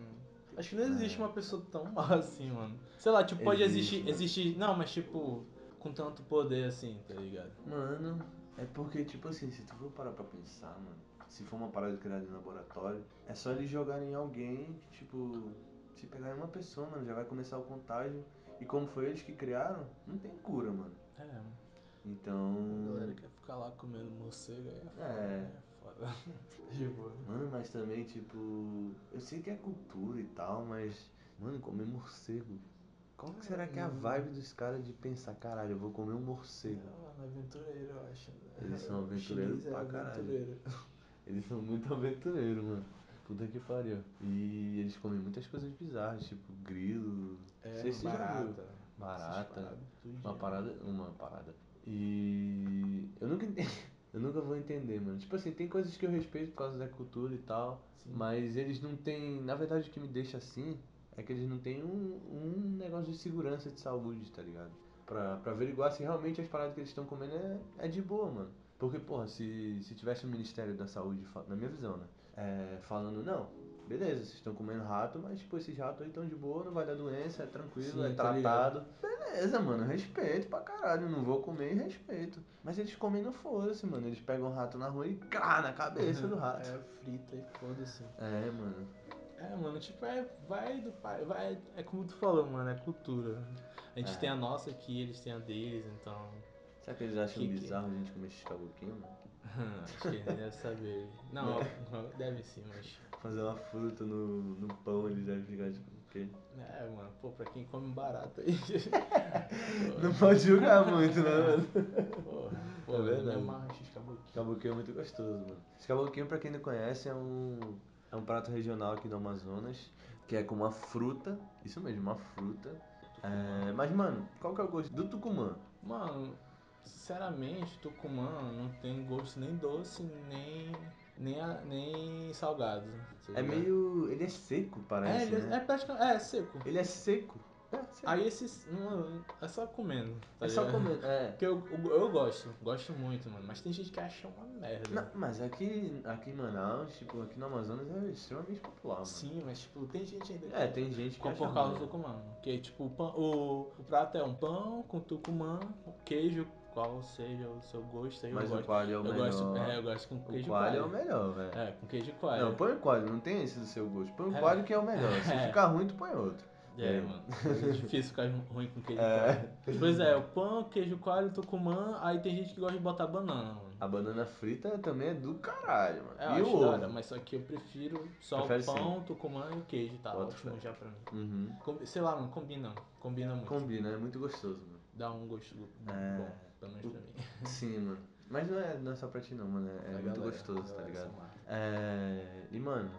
Speaker 2: Acho que não existe uma pessoa tão má (laughs) assim, mano. Sei lá, tipo, pode
Speaker 1: É. Existe, né?
Speaker 2: existir.
Speaker 1: mano.
Speaker 2: Existir. Não, mas tipo, com tanto poder assim, tá ligado?
Speaker 1: Mano, é porque, tipo assim, se tu for parar pra pensar, mano, se for uma parada criada em laboratório, é só eles jogarem em alguém, que, tipo, se pegar em uma pessoa, mano, já vai começar o contágio. E como foi eles que criaram, não tem cura, mano.
Speaker 2: É, mano. A galera
Speaker 1: Então.
Speaker 2: quer ficar lá comendo morcego aí. É, Tipo, foda,
Speaker 1: É.
Speaker 2: né? é (laughs) foda. De boa.
Speaker 1: Mano, mas também, tipo, eu sei que é cultura e tal, mas, mano, comer morcego. Qual que será que é a vibe dos caras de pensar, caralho, eu vou comer um morcego?
Speaker 2: Não, É um aventureiro, eu acho. né?
Speaker 1: Eles são aventureiros
Speaker 2: (laughs) Chinês é
Speaker 1: pra caralho.
Speaker 2: aventureiro.
Speaker 1: Eles são muito aventureiros, mano. Puta que pariu. E eles comem muitas coisas bizarras, tipo grilo,
Speaker 2: É,
Speaker 1: Vocês já viu?
Speaker 2: barata.
Speaker 1: barata.
Speaker 2: essas paradas, tudo
Speaker 1: Uma
Speaker 2: de-
Speaker 1: parada, uma parada. E eu nunca ente- (laughs) eu nunca vou entender, mano. Tipo assim, tem coisas que eu respeito por causa da cultura e tal,
Speaker 2: Sim.
Speaker 1: mas eles não têm, na verdade o que me deixa assim é que eles não têm um, um negócio de segurança de saúde, tá ligado? Pra, pra averiguar se realmente as paradas que eles estão comendo é, é de boa, mano. Porque, porra, se, se tivesse o Ministério da Saúde, fa- na minha visão, né? É, falando, não, beleza, vocês estão comendo rato, mas, pô, esses ratos aí estão de boa, não vai dar doença, é tranquilo,
Speaker 2: Sim,
Speaker 1: é
Speaker 2: tá ligado.
Speaker 1: tratado. Beleza, mano, respeito pra caralho, não vou comer e respeito. Mas eles comem no foda-se, mano. Eles pegam um rato na rua e cá na cabeça do rato.
Speaker 2: É frita e foda-se.
Speaker 1: É, mano.
Speaker 2: É, mano, tipo, é, vai do pai, vai, é como tu falou, mano, é cultura. A gente
Speaker 1: É.
Speaker 2: tem a nossa aqui, eles têm a deles, então, (laughs)
Speaker 1: Será que eles acham
Speaker 2: Que que é?
Speaker 1: bizarro a gente comer esses caboquinhos, mano?
Speaker 2: acho que eles devem saber. Não, deve sim, mas...
Speaker 1: Fazer uma fruta no, no pão, eles devem ficar tipo, o quê?
Speaker 2: É, mano, pô, pra quem come
Speaker 1: (laughs)
Speaker 2: barato aí...
Speaker 1: Não pode julgar muito, né, (laughs) mano?
Speaker 2: Porra, pô,
Speaker 1: É
Speaker 2: não é
Speaker 1: verdade.
Speaker 2: macho, escaboquinho.
Speaker 1: Caboquinho é muito gostoso, mano. Esse caboquinho, pra quem não conhece, é um, é um prato regional aqui do Amazonas, que é com uma fruta, isso mesmo, uma fruta. É, mas, mano, qual que é o gosto do tucumã?
Speaker 2: Mano, sinceramente, Tucumã não tem gosto nem doce, nem, nem, a- nem salgado. tá
Speaker 1: É
Speaker 2: ligado?
Speaker 1: meio. Ele é seco,
Speaker 2: É,
Speaker 1: parece.
Speaker 2: ele é-
Speaker 1: né?
Speaker 2: é praticamente, é seco.
Speaker 1: Ele é seco. É, seco.
Speaker 2: Aí esses. Mano, é só comendo. tá
Speaker 1: é só
Speaker 2: ligado?
Speaker 1: comer. É.
Speaker 2: Porque eu, eu, eu gosto, gosto muito, mano. Mas tem gente que acha uma merda.
Speaker 1: Não, mas aqui, aqui em Manaus, tipo, aqui no Amazonas é extremamente popular, mano.
Speaker 2: Sim, mas tipo, tem gente ainda que.
Speaker 1: É, tem gente que
Speaker 2: Por,
Speaker 1: acha
Speaker 2: por causa do
Speaker 1: ruim.
Speaker 2: tucumã. Porque, tipo, o, pão- o, o prato é um pão com tucumã, queijo, qual seja o seu gosto. Aí eu
Speaker 1: Mas o
Speaker 2: gosto.
Speaker 1: coalho é o
Speaker 2: eu,
Speaker 1: melhor.
Speaker 2: gosto é, eu gosto com
Speaker 1: O
Speaker 2: queijo
Speaker 1: coalho é o
Speaker 2: coalho.
Speaker 1: melhor, velho.
Speaker 2: É, com queijo coalho.
Speaker 1: Não, põe o coalho, não tem esse do seu gosto. Põe o
Speaker 2: É.
Speaker 1: coalho que é o
Speaker 2: (laughs)
Speaker 1: melhor. Se
Speaker 2: É.
Speaker 1: ficar ruim, tu põe outro.
Speaker 2: É,
Speaker 1: É.
Speaker 2: mano. É difícil ficar ruim com queijo
Speaker 1: É.
Speaker 2: coalho. Pois é, o pão, queijo coalho, tucumã, aí tem gente que gosta de botar banana, mano.
Speaker 1: A banana frita também é do caralho, mano.
Speaker 2: É, eu
Speaker 1: e
Speaker 2: acho
Speaker 1: o
Speaker 2: da hora,
Speaker 1: ovo?
Speaker 2: mas só que eu prefiro só
Speaker 1: Prefere
Speaker 2: o pão, tucumã e o queijo, tá
Speaker 1: Boto
Speaker 2: ótimo
Speaker 1: fé.
Speaker 2: já pra mim.
Speaker 1: Uhum.
Speaker 2: Com- Sei lá, não combina, combina muito.
Speaker 1: Combina, é muito gostoso,
Speaker 2: (laughs)
Speaker 1: mano.
Speaker 2: Dá um gosto bom,
Speaker 1: É.
Speaker 2: pelo menos pra mim.
Speaker 1: Sim, mano. Mas não é, não é só pra ti não, mano. É, é
Speaker 2: (laughs) A
Speaker 1: muito
Speaker 2: galera, a
Speaker 1: gostoso, tá
Speaker 2: galera
Speaker 1: ligado?
Speaker 2: são lá.
Speaker 1: É, e mano,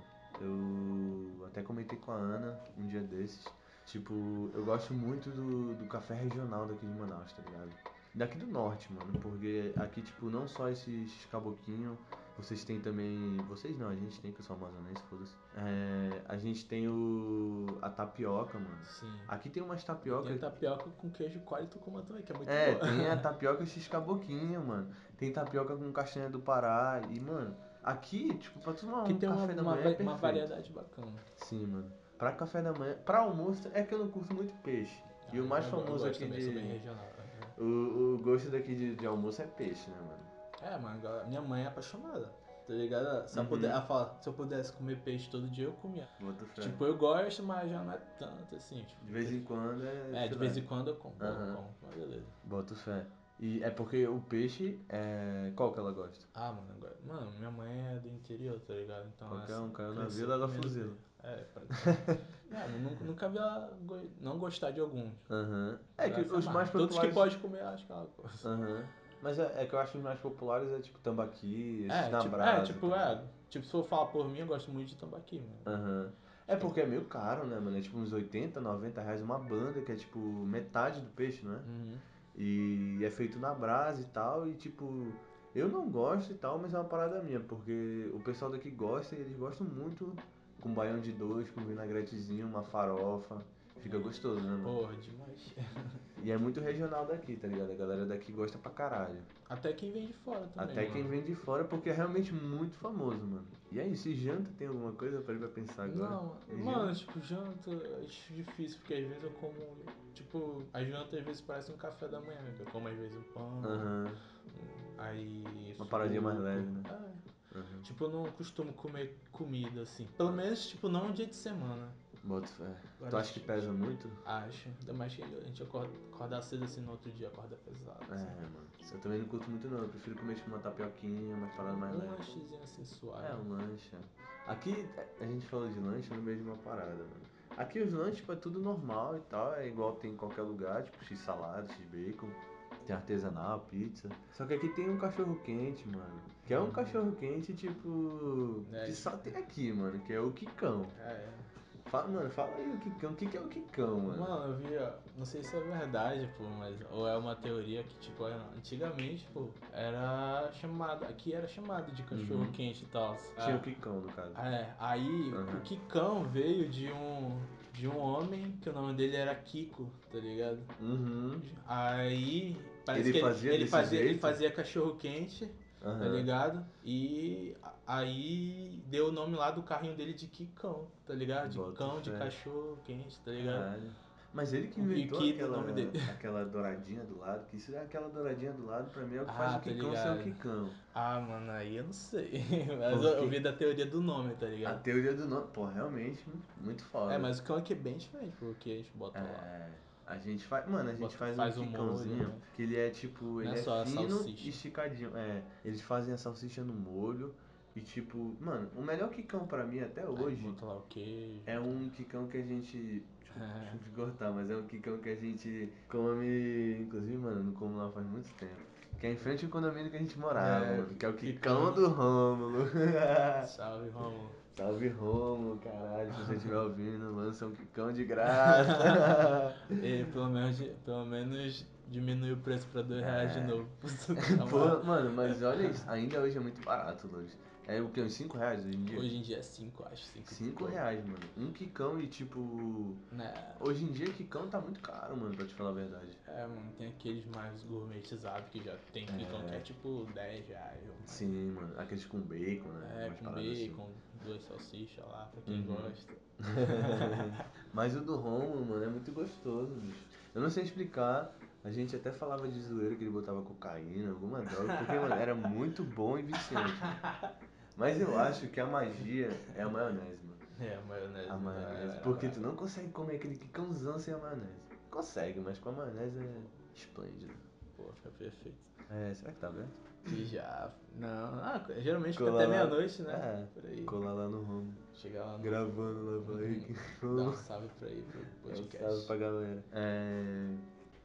Speaker 1: eu até comentei com a Ana um dia desses. Tipo, eu gosto muito do, do café regional daqui de Manaus, tá ligado? Daqui do norte, mano, porque aqui, tipo, não só esses caboquinho, vocês têm também. Vocês não, a gente tem, que eu sou amazonense, foda-se. É, a gente tem o. a tapioca, mano.
Speaker 2: Sim.
Speaker 1: Aqui tem umas tapioca
Speaker 2: Tem tapioca com queijo coalho e tucumã também, que é muito
Speaker 1: é,
Speaker 2: boa.
Speaker 1: tem a
Speaker 2: (laughs)
Speaker 1: tapioca x-caboquinha, mano. Tem tapioca com castanha do Pará. E, mano, aqui, tipo, pra tomar
Speaker 2: Que
Speaker 1: um
Speaker 2: tem uma,
Speaker 1: café da
Speaker 2: uma
Speaker 1: manhã.
Speaker 2: va-
Speaker 1: é
Speaker 2: uma
Speaker 1: perfeito.
Speaker 2: variedade bacana.
Speaker 1: Sim, mano. Pra café da manhã. Pra almoço é que eu não curto muito peixe. E o mais
Speaker 2: Ah, Eu- eu
Speaker 1: famoso
Speaker 2: gosto
Speaker 1: aqui
Speaker 2: também, sou bem
Speaker 1: de.
Speaker 2: regional, né?
Speaker 1: O, o gosto daqui de, de almoço é peixe, né, mano?
Speaker 2: É, mano, a minha mãe é apaixonada, tá ligado? Se, eu
Speaker 1: Uhum.
Speaker 2: puder, ela fala, se eu pudesse comer peixe todo dia, eu comia.
Speaker 1: Boto fé.
Speaker 2: Tipo, eu gosto, mas já não é tanto assim. Tipo,
Speaker 1: de vez em quando é.
Speaker 2: É, de
Speaker 1: filé.
Speaker 2: vez em quando eu compro,
Speaker 1: Aham.
Speaker 2: eu compro, mas beleza.
Speaker 1: Boto fé. E é porque o peixe é. Qual que ela gosta?
Speaker 2: Ah, mano, agora. Mano, minha mãe é do interior, tá ligado? Então.
Speaker 1: Qualquer
Speaker 2: assim,
Speaker 1: um caiu na
Speaker 2: cresci
Speaker 1: vila, ela
Speaker 2: comendo
Speaker 1: fuzila.
Speaker 2: peixe. É, pra...
Speaker 1: (laughs)
Speaker 2: Não, nunca, nunca vi ela go- não gostar de algum.
Speaker 1: Aham. É que
Speaker 2: Ela
Speaker 1: os
Speaker 2: amarra.
Speaker 1: mais populares.
Speaker 2: Todos que pode comer, eu acho que ela gosta.
Speaker 1: Aham. Mas é, é que eu acho os mais populares é tipo tambaqui, esses
Speaker 2: É,
Speaker 1: na
Speaker 2: tipo,
Speaker 1: brasa.
Speaker 2: é, tipo,
Speaker 1: tá?
Speaker 2: é. Tipo, se for falar por mim, eu gosto muito de tambaqui, mano.
Speaker 1: Aham.
Speaker 2: Tipo
Speaker 1: É porque é meio caro, né, mano? É tipo uns 80, 90 reais uma banda, que é tipo metade do peixe, não é?
Speaker 2: Uhum.
Speaker 1: E é feito na brasa e tal, e tipo. Eu não gosto e tal, mas é uma parada minha, porque o pessoal daqui gosta e eles gostam muito com baião de dois, com vinagretezinho, uma farofa. Fica gostoso, né, mano?
Speaker 2: Porra, demais.
Speaker 1: E é muito regional daqui, tá ligado? A galera daqui gosta pra caralho.
Speaker 2: Até quem vem de fora também.
Speaker 1: Até quem
Speaker 2: mano.
Speaker 1: vem de fora, porque é realmente muito famoso, mano. E aí, se janta tem alguma coisa pra ir pra pensar agora?
Speaker 2: Não,
Speaker 1: E
Speaker 2: mano, tipo, janta é difícil, porque às vezes eu como, tipo, a janta às vezes parece um café da manhã, né? eu como às vezes um pão,
Speaker 1: Aham.
Speaker 2: aí... suco.
Speaker 1: paradinha mais leve, né?
Speaker 2: É.
Speaker 1: Aham.
Speaker 2: Tipo, eu não costumo comer comida, assim, pelo menos, tipo, não um dia de semana,
Speaker 1: Boto fé.
Speaker 2: Agora
Speaker 1: Tu acha que
Speaker 2: sim.
Speaker 1: pesa muito?
Speaker 2: acho, ainda mais que a gente acorda, acordar cedo, assim, no outro dia, acorda pesado, assim.
Speaker 1: É, mano. Eu também não curto muito, não. Eu prefiro comer tipo uma tapioquinha, umas paradas mais
Speaker 2: Um
Speaker 1: leves.
Speaker 2: lanchezinho assim,
Speaker 1: É,
Speaker 2: suave.
Speaker 1: um lanche. é. Aqui, a gente falou de lanche, eu lembrei de uma parada, mano. Aqui os lanches, tipo, é tudo normal e tal, é igual tem em qualquer lugar, tipo, x salada, x bacon, tem artesanal, pizza. Só que aqui tem um cachorro quente, mano. Que é um cachorro quente, tipo,
Speaker 2: É,
Speaker 1: que
Speaker 2: tipo-
Speaker 1: só tem aqui, mano, que é o Kikão.
Speaker 2: É.
Speaker 1: Fala, mano, fala aí o Kikão, o que que é o Kikão, mano?
Speaker 2: Mano, eu vi, ó, não sei se é verdade, pô, mas ou é uma teoria que, tipo, era- antigamente, pô, era chamado, aqui era chamado de cachorro
Speaker 1: Uhum.
Speaker 2: quente e tal.
Speaker 1: Tinha o Kikão, no caso.
Speaker 2: É, aí
Speaker 1: Aham.
Speaker 2: o Kikão veio de um de um homem que o nome dele era Kiko, tá ligado?
Speaker 1: Uhum.
Speaker 2: Aí parece
Speaker 1: Ele
Speaker 2: que
Speaker 1: fazia
Speaker 2: ele, ele
Speaker 1: desse
Speaker 2: fazia ele
Speaker 1: jeito?
Speaker 2: fazia cachorro quente, tá
Speaker 1: Aham.
Speaker 2: ligado? E a- aí deu o nome lá do carrinho dele de Kikão, tá ligado? De
Speaker 1: Bota
Speaker 2: cão, de
Speaker 1: fé.
Speaker 2: cachorro quente, tá ligado?
Speaker 1: Caralho. Mas ele que
Speaker 2: E
Speaker 1: inventou
Speaker 2: que do
Speaker 1: aquela,
Speaker 2: nome dele. (laughs)
Speaker 1: aquela douradinha do lado, que isso é aquela douradinha do lado, pra mim é o que
Speaker 2: Ah,
Speaker 1: faz o
Speaker 2: tô
Speaker 1: Kikão ser o
Speaker 2: ligado.
Speaker 1: Kikão.
Speaker 2: Ah, mano, aí eu não sei. (laughs) Mas
Speaker 1: Por
Speaker 2: eu, eu
Speaker 1: quê? Ah,
Speaker 2: vi da teoria do nome, tá
Speaker 1: A
Speaker 2: ligado?
Speaker 1: teoria do nome, pô, realmente, muito foda.
Speaker 2: É, mas o cão aqui é bem diferente do que a gente bota lá.
Speaker 1: É, a gente faz, mano, a gente
Speaker 2: Bota-
Speaker 1: faz,
Speaker 2: faz
Speaker 1: um
Speaker 2: o molho,
Speaker 1: quicãozinho,
Speaker 2: né?
Speaker 1: que ele é tipo, ele
Speaker 2: é
Speaker 1: é,
Speaker 2: só a
Speaker 1: fino
Speaker 2: salsicha.
Speaker 1: e esticadinho. É, eles fazem a salsicha no molho e tipo, mano, o melhor quicão pra mim até
Speaker 2: Aí
Speaker 1: hoje
Speaker 2: Bota lá o queijo.
Speaker 1: é um quicão que a gente,
Speaker 2: É.
Speaker 1: de (laughs) cortar, mas é um quicão que a gente come, inclusive, mano, não como lá faz muito tempo. Que é em frente ao condomínio que a gente morava,
Speaker 2: É,
Speaker 1: mano, que é o
Speaker 2: quicão.
Speaker 1: quicão do Rômulo.
Speaker 2: (laughs)
Speaker 1: (laughs)
Speaker 2: Salve, Romulo.
Speaker 1: Salve Rômulo, caralho, se você estiver ouvindo, lança um quicão de
Speaker 2: (laughs)
Speaker 1: graça.
Speaker 2: E pelo menos, pelo menos diminui o preço pra dois reais de
Speaker 1: É. (laughs)
Speaker 2: novo. tá
Speaker 1: Pô, mano, mas olha isso, ainda hoje é muito barato, Lourdes. É o que, uns 5 reais hoje em dia?
Speaker 2: Hoje em dia é 5, acho. 5
Speaker 1: 5 reais, mano. Um quicão e tipo...
Speaker 2: Né?
Speaker 1: Hoje em dia quicão tá muito caro, mano, pra te falar a verdade.
Speaker 2: É, mano, tem aqueles mais gourmetizados que já tem quicão que é tipo 10 reais. ou mais.
Speaker 1: Sim, mano, aqueles com bacon, né?
Speaker 2: É,
Speaker 1: umas
Speaker 2: com
Speaker 1: paradas assim.
Speaker 2: bacon, duas salsichas lá, pra quem
Speaker 1: Uhum.
Speaker 2: gosta.
Speaker 1: (laughs) Mas o do Romulo, mano, é muito gostoso, bicho. Eu não sei explicar. A gente até falava de zoeira que ele botava cocaína, alguma droga, porque, mano, era muito bom e viciante. Mas eu acho que a magia é a maionese, mano.
Speaker 2: É, a maionese.
Speaker 1: A
Speaker 2: né,
Speaker 1: maionese.
Speaker 2: galera,
Speaker 1: Porque
Speaker 2: vai.
Speaker 1: tu não consegue comer aquele quicãozão sem a maionese. Consegue, mas com a maionese é esplêndido.
Speaker 2: Pô, fica perfeito.
Speaker 1: É, será que tá aberto?
Speaker 2: E já. Não, ah, geralmente fica
Speaker 1: Colar
Speaker 2: até
Speaker 1: lá.
Speaker 2: meia-noite, né?
Speaker 1: É.
Speaker 2: Por aí.
Speaker 1: Colar lá no home,
Speaker 2: Chegar lá no.
Speaker 1: gravando lá, falei que
Speaker 2: Dá um salve pra aí pro podcast.
Speaker 1: É, Salve pra galera. É...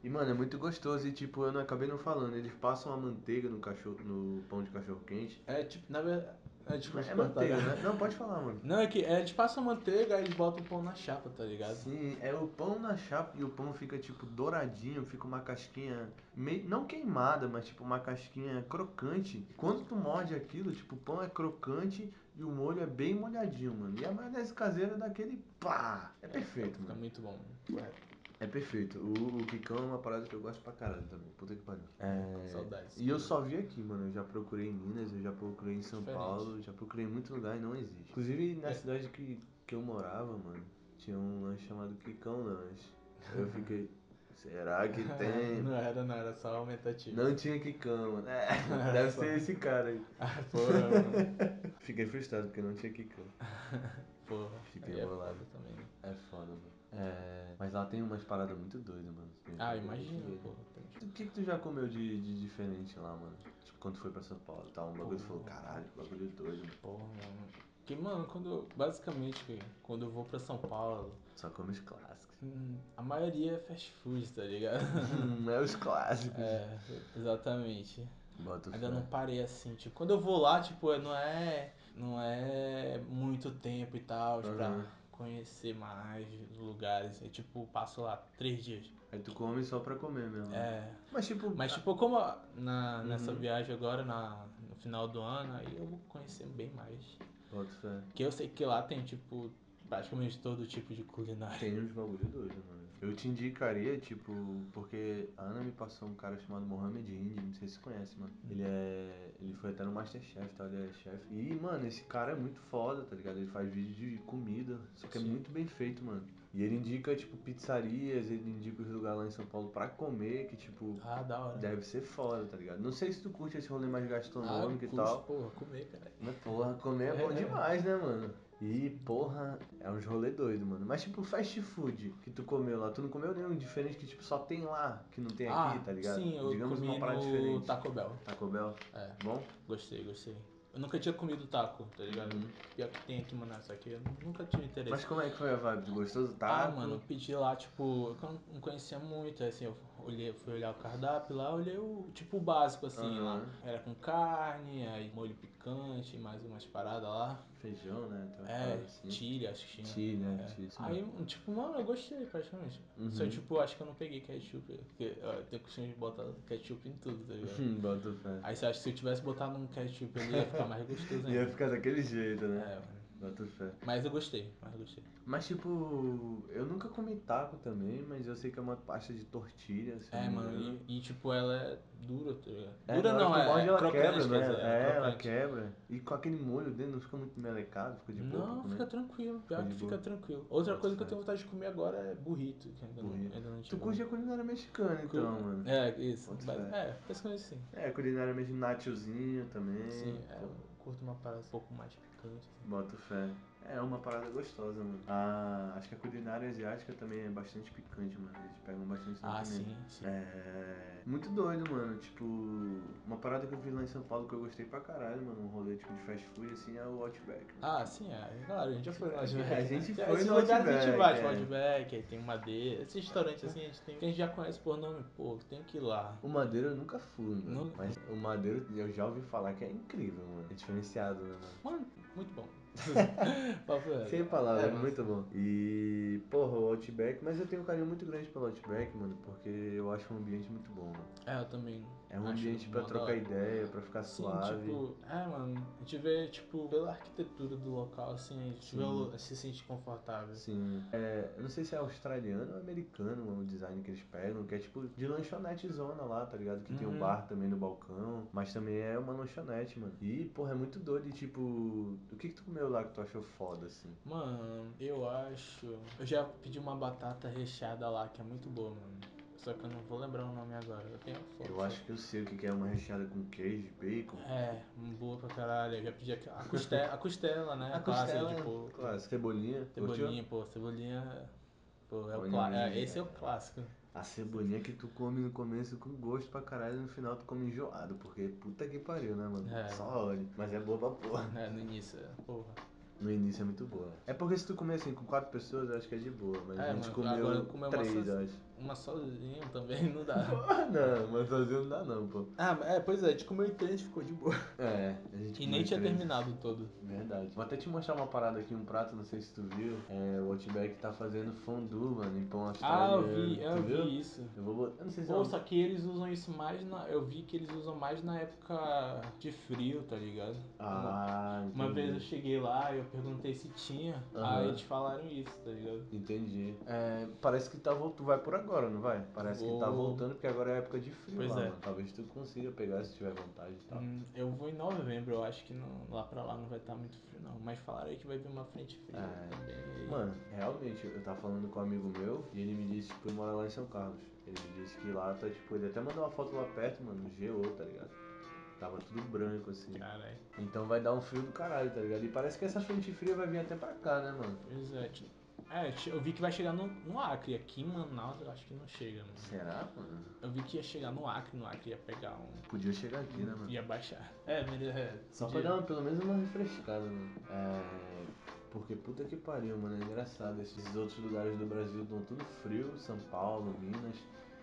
Speaker 1: E, mano, é muito gostoso. E, tipo, eu não acabei não falando. Eles passam a manteiga no, cachorro, no pão de cachorro quente.
Speaker 2: É tipo, na verdade. É tipo,
Speaker 1: É manteiga, né? Não, pode falar, mano.
Speaker 2: Não, é que é, eles passam manteiga aí eles botam o pão na chapa, tá ligado?
Speaker 1: Sim, é o pão na chapa e o pão fica, tipo, douradinho. Fica uma casquinha, meio, não queimada, mas, tipo, uma casquinha crocante. Quando tu morde aquilo, tipo, o pão é crocante e o molho é bem molhadinho, mano. E a maionese caseira é daquele pá! É perfeito,
Speaker 2: Fica
Speaker 1: mano.
Speaker 2: muito bom.
Speaker 1: É perfeito. O, o quicão é uma parada que eu gosto pra caralho também. Puta que pariu. É...
Speaker 2: Saudades.
Speaker 1: E eu só vi aqui, mano. Eu já procurei em Minas, eu já procurei em São
Speaker 2: Diferente.
Speaker 1: Paulo, já procurei em muito lugar e não existe. Inclusive na
Speaker 2: É.
Speaker 1: cidade que, que eu morava, mano, tinha um lanche chamado Quicão Lanche. Eu
Speaker 2: (laughs)
Speaker 1: fiquei, será que tem?
Speaker 2: (laughs) Não era, não, era só aumentativo.
Speaker 1: Não tinha Quicão, mano.
Speaker 2: (laughs)
Speaker 1: É, deve
Speaker 2: Só.
Speaker 1: ser esse cara aí.
Speaker 2: (laughs) Ah, porra, mano.
Speaker 1: Fiquei frustrado porque não tinha Quicão.
Speaker 2: Porra.
Speaker 1: Fiquei
Speaker 2: Aí é
Speaker 1: bolado.
Speaker 2: foda também. né?
Speaker 1: É foda, mano. É... Mas lá tem umas paradas muito doidas, mano. Tem umas
Speaker 2: Ah,
Speaker 1: paradas muito
Speaker 2: imagina,
Speaker 1: doidas.
Speaker 2: porra. tem-
Speaker 1: O que, que tu já comeu de, de diferente lá, mano? Tipo, quando tu foi pra São Paulo, tá? Um bagulho tu falou, caralho, bagulho doido, mano.
Speaker 2: Porra, mano. Porque, mano, quando. eu- Basicamente, quando eu vou pra São Paulo,
Speaker 1: Só come os clássicos. (laughs)
Speaker 2: hum, a maioria é fast food, tá ligado? (laughs)
Speaker 1: Hum, é os clássicos.
Speaker 2: É, exatamente.
Speaker 1: Bota
Speaker 2: Ainda
Speaker 1: fé.
Speaker 2: não parei assim, tipo, quando eu vou lá, tipo, não é, não é muito tempo e tal, tipo, pra
Speaker 1: Aham.
Speaker 2: conhecer mais lugares. Eu, tipo, passo lá três dias.
Speaker 1: Aí tu come só pra comer mesmo. né?
Speaker 2: É,
Speaker 1: Mas tipo.
Speaker 2: mas tipo, como a- na, nessa
Speaker 1: Uhum.
Speaker 2: viagem agora, na, no final do ano, aí eu vou conhecer bem mais.
Speaker 1: Bota fé.
Speaker 2: Porque eu sei que lá tem, tipo, praticamente todo tipo de culinária.
Speaker 1: Tem uns bagulho doido, mano. Eu te indicaria, tipo, porque a Ana me passou um cara chamado Mohamed Hindi, não sei se você conhece, mano. Ele é. Ele foi até no Masterchef, tá? Ele é chefe. E, mano, esse cara é muito foda, tá ligado? Ele faz vídeo de comida. Só que é
Speaker 2: Sim.
Speaker 1: muito bem feito, mano. E ele indica, tipo, pizzarias, ele indica os lugares lá em São Paulo pra comer, que, tipo,
Speaker 2: Ah, da hora.
Speaker 1: deve ser foda, tá ligado? Não sei se tu curte esse rolê mais
Speaker 2: ah,
Speaker 1: gastronômico e
Speaker 2: curto,
Speaker 1: tal.
Speaker 2: porra, comer, cara.
Speaker 1: Mas porra, comer é bom demais, né, mano? E porra, é uns rolê doido, mano. Mas tipo, fast food que tu comeu lá, tu não comeu nenhum diferente que tipo só tem lá, que não tem
Speaker 2: ah,
Speaker 1: aqui, tá ligado?
Speaker 2: sim, eu
Speaker 1: Digamos
Speaker 2: comi
Speaker 1: uma parada
Speaker 2: no
Speaker 1: diferente.
Speaker 2: Taco Bell.
Speaker 1: Taco Bell,
Speaker 2: É,
Speaker 1: bom?
Speaker 2: gostei, gostei. Eu nunca tinha comido taco, tá ligado?
Speaker 1: Uhum.
Speaker 2: Pior que tem aqui, mano, só que eu nunca tive interesse.
Speaker 1: Mas como é que foi a vibe? Tu gostou do
Speaker 2: Ah,
Speaker 1: taco?
Speaker 2: mano, eu pedi lá, tipo, eu não- não conhecia muito, assim, eu olhei, fui olhar o cardápio lá, olhei o, tipo, o básico, assim,
Speaker 1: Aham.
Speaker 2: lá. Era com carne, aí molho picante, mais umas paradas lá.
Speaker 1: Feijão, né? Então,
Speaker 2: É,
Speaker 1: assim.
Speaker 2: chile, acho que tinha.
Speaker 1: Chile, né?
Speaker 2: É.
Speaker 1: Chile, isso
Speaker 2: Aí, tipo, mano, eu gostei praticamente.
Speaker 1: Uhum.
Speaker 2: Só, tipo, acho que eu não peguei ketchup, porque ó, eu tenho costume de botar ketchup em tudo,
Speaker 1: (laughs)
Speaker 2: tá ligado?
Speaker 1: mesmo. Bota fé.
Speaker 2: Aí você acha que se eu tivesse botado um ketchup ali, ia ficar mais gostoso ainda.
Speaker 1: (laughs) Ia ficar daquele jeito, né?
Speaker 2: É, mano.
Speaker 1: Bota fé.
Speaker 2: Mas eu gostei, mas eu gostei.
Speaker 1: Mas tipo, eu nunca comi taco também, mas eu sei que é uma pasta de tortilha, assim.
Speaker 2: É, mano, e, e, tipo, ela é dura, tá ligado?
Speaker 1: É,
Speaker 2: dura
Speaker 1: na hora
Speaker 2: não,
Speaker 1: que tu
Speaker 2: é,
Speaker 1: morde,
Speaker 2: é
Speaker 1: ela
Speaker 2: crocante,
Speaker 1: quebra,
Speaker 2: quer
Speaker 1: né?
Speaker 2: dizer,
Speaker 1: é, ela
Speaker 2: crocante.
Speaker 1: quebra. E com aquele molho dentro não fica muito melecado, fica de boa. pra
Speaker 2: Não,
Speaker 1: comer?
Speaker 2: fica tranquilo, pior
Speaker 1: Fica
Speaker 2: que
Speaker 1: de
Speaker 2: fica
Speaker 1: boa.
Speaker 2: tranquilo. Outra
Speaker 1: Pode
Speaker 2: coisa que eu
Speaker 1: ser.
Speaker 2: tenho vontade de comer agora é burrito, que ainda
Speaker 1: Burrito.
Speaker 2: não, ainda não
Speaker 1: Tu
Speaker 2: tive.
Speaker 1: curte a culinária mexicana, então,
Speaker 2: né? Curto.
Speaker 1: mano.
Speaker 2: É, isso.
Speaker 1: Pode
Speaker 2: Mas,
Speaker 1: ser.
Speaker 2: é, basicamente sim.
Speaker 1: É, culinária mexicana, nachozinho também.
Speaker 2: Sim, é,
Speaker 1: pô.
Speaker 2: eu curto uma parada um pouco mais picante. assim.
Speaker 1: Boto fé. É uma parada gostosa, mano. Ah, acho que a culinária asiática também é bastante picante, mano. Eles pegam bastante na
Speaker 2: Ah,
Speaker 1: pimenta.
Speaker 2: sim, sim.
Speaker 1: né? É. Muito doido, mano. Tipo, uma parada que eu vi lá em São Paulo que eu gostei pra caralho, mano. Um rolê tipo de fast food, assim, é o Outback.
Speaker 2: Ah, sim, é. Claro, a gente já foi no
Speaker 1: A gente
Speaker 2: Outback. né?
Speaker 1: foi
Speaker 2: Esses
Speaker 1: no
Speaker 2: lugares a gente
Speaker 1: Outback,
Speaker 2: vai, tipo,
Speaker 1: é.
Speaker 2: Outback, aí tem uma D. Esse restaurante assim, a gente
Speaker 1: (laughs)
Speaker 2: tem. Que a gente já conhece por nome, pô, tem que ir lá.
Speaker 1: O Madeiro eu nunca fui, mano.
Speaker 2: Nunca?
Speaker 1: Mas o Madeiro eu já ouvi falar que é incrível, mano. É diferenciado, né, mano?
Speaker 2: Mano, muito
Speaker 1: (laughs)
Speaker 2: bom. Papo reto.
Speaker 1: Sem palavras,
Speaker 2: É,
Speaker 1: é,
Speaker 2: mano.
Speaker 1: muito bom. E, porra, o Outback, mas eu tenho um carinho muito grande pelo Outback, mano, porque eu acho um ambiente muito bom, mano.
Speaker 2: É, eu também.
Speaker 1: É um
Speaker 2: acho
Speaker 1: ambiente pra
Speaker 2: uma
Speaker 1: trocar
Speaker 2: da hora.
Speaker 1: ideia, pra ficar
Speaker 2: Sim,
Speaker 1: Tá suave.
Speaker 2: tipo, é, mano, a gente vê, tipo, pela arquitetura do local, assim, a gente vê
Speaker 1: Sim.
Speaker 2: o- se sente confortável.
Speaker 1: Sim. É, eu não sei se é australiano ou americano o design que eles pegam, que é tipo de lanchonete zona lá, tá ligado? Que tem um
Speaker 2: Uhum.
Speaker 1: bar também no balcão, mas também é uma lanchonete, mano. E, porra, é muito doido. E, tipo, o que que tu comeu lá que tu achou foda, assim?
Speaker 2: Mano, eu acho. Eu já pedi uma batata recheada lá, que é muito boa, mano. Só que eu não vou lembrar o nome agora, eu tenho a foto.
Speaker 1: Eu acho que eu sei o que que é uma recheada com queijo, bacon.
Speaker 2: É, boa pra caralho. Eu já pedi aqui- a costela, (laughs) a costela né?
Speaker 1: A
Speaker 2: clássica,
Speaker 1: costela,
Speaker 2: tipo,
Speaker 1: claro, cebolinha. curtiu?
Speaker 2: cebolinha, pô, cebolinha. Pô, é o
Speaker 1: Cebolinha
Speaker 2: clá- é,
Speaker 1: verde,
Speaker 2: esse é o
Speaker 1: é.
Speaker 2: clássico.
Speaker 1: A cebolinha que tu come no começo com gosto pra caralho e no final tu come enjoado, porque puta que pariu, né, mano?
Speaker 2: É.
Speaker 1: Só óleo. Mas é boa pra porra.
Speaker 2: É, no início, é, porra.
Speaker 1: No início é muito boa. É porque se tu comer assim com quatro pessoas, eu acho que é de boa, mas
Speaker 2: É,
Speaker 1: a gente
Speaker 2: mas agora
Speaker 1: comeu,
Speaker 2: comeu uma
Speaker 1: três, eu
Speaker 2: sozinha.
Speaker 1: acho. (laughs)
Speaker 2: Uma sozinha também não dá. (laughs)
Speaker 1: Ah, não, mas sozinho não dá não, pô.
Speaker 2: Ah, é, pois é, a gente comeu em três, ficou de boa.
Speaker 1: É, a gente
Speaker 2: E
Speaker 1: comeu
Speaker 2: nem tinha
Speaker 1: três.
Speaker 2: terminado todo.
Speaker 1: Verdade. Vou até te mostrar uma parada aqui, um prato, não sei se tu viu. É, o Outback tá fazendo fondue, mano, em pão
Speaker 2: Ah,
Speaker 1: australiano.
Speaker 2: eu vi,
Speaker 1: tu
Speaker 2: eu
Speaker 1: viu?
Speaker 2: vi isso.
Speaker 1: Eu vou botar, eu não sei se é
Speaker 2: Pô,
Speaker 1: uma-
Speaker 2: só que eles usam isso mais na. Eu vi que eles usam mais na época de frio, tá ligado?
Speaker 1: Ah,
Speaker 2: Uma
Speaker 1: entendi.
Speaker 2: vez eu cheguei lá e eu perguntei se tinha,
Speaker 1: Aham.
Speaker 2: aí eles falaram isso, tá ligado?
Speaker 1: Entendi. É, parece que tá vol- tu vai por agora, não vai? Parece que tá
Speaker 2: Vou.
Speaker 1: voltando porque agora é época de frio
Speaker 2: Pois
Speaker 1: lá,
Speaker 2: é.
Speaker 1: mano. Talvez tu consiga pegar se tiver vontade e tal.
Speaker 2: Hum, eu vou em novembro, eu acho que não- lá pra lá não vai estar muito frio, não. Mas falaram aí que vai vir uma frente fria
Speaker 1: É.
Speaker 2: também. e-
Speaker 1: Mano, realmente, eu tava falando com um amigo meu e ele me disse, tipo, mora lá em São Carlos. Ele me disse que lá tá, tipo, ele até mandou uma foto lá perto, mano, geou, tá ligado? Tava tudo branco, assim.
Speaker 2: Caralho.
Speaker 1: Então vai dar um frio do caralho, tá ligado? E parece que essa frente fria vai vir até pra cá, né, mano?
Speaker 2: Pois é. ti- É, ti- eu vi que vai chegar no, no Acre. Aqui em Manaus eu acho que não chega, mano.
Speaker 1: Será, mano?
Speaker 2: Eu vi que ia chegar no Acre, no Acre ia pegar um.
Speaker 1: Podia chegar aqui, né, mano?
Speaker 2: Ia baixar. (laughs) É, mere- é
Speaker 1: Só pra
Speaker 2: podia-
Speaker 1: dar uma- pelo menos uma refrescada, mano. É. Porque puta que pariu, mano. É engraçado. Esses outros lugares do Brasil estão tudo frio. São Paulo, Minas.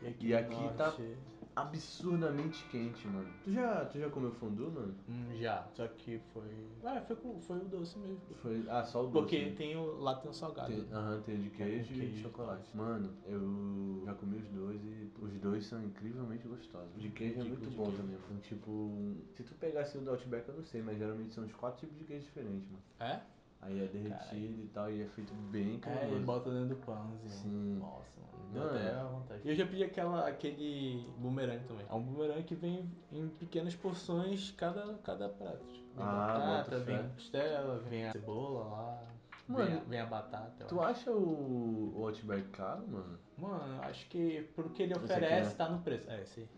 Speaker 2: aqui,
Speaker 1: e
Speaker 2: no
Speaker 1: aqui tá-
Speaker 2: norte,
Speaker 1: Absurdamente quente, mano. Tu já, tu já comeu fondue, mano?
Speaker 2: hum, já. Só que foi. Ah, foi, com- foi o doce mesmo.
Speaker 1: Foi. Ah, só o doce.
Speaker 2: Porque
Speaker 1: né?
Speaker 2: tem o, lá tem o salgado.
Speaker 1: Tem- Aham, tem o de queijo e o de
Speaker 2: queijo,
Speaker 1: chocolate. Mano, eu já comi os dois e os dois são incrivelmente gostosos. O de queijo é
Speaker 2: Tipo
Speaker 1: muito
Speaker 2: de
Speaker 1: bom
Speaker 2: queijo.
Speaker 1: também, mano. Tipo, se tu pegasse o do Outback, eu não sei, mas geralmente são uns quatro tipos de queijo diferentes, mano.
Speaker 2: É?
Speaker 1: Aí é derretido e tal, e é feito bem
Speaker 2: É,
Speaker 1: cremoso.
Speaker 2: e bota dentro do pãozinho.
Speaker 1: Sim.
Speaker 2: Nossa, mano. Deu
Speaker 1: Mano.
Speaker 2: até a vontade. E eu já pedi aquela, aquele bumerangue também. É um bumerangue que vem em pequenas porções cada, cada prato. Tipo, vem
Speaker 1: Ah,
Speaker 2: batata,
Speaker 1: boto fé.
Speaker 2: vem costela, vem a cebola lá.
Speaker 1: Mano,
Speaker 2: vem, a, vem a batata. eu
Speaker 1: Tu
Speaker 2: acho.
Speaker 1: acha o o Outback caro, mano?
Speaker 2: Mano, eu acho que pro que ele
Speaker 1: Esse aqui,
Speaker 2: oferece
Speaker 1: né?
Speaker 2: tá no preço. É, esse. aí.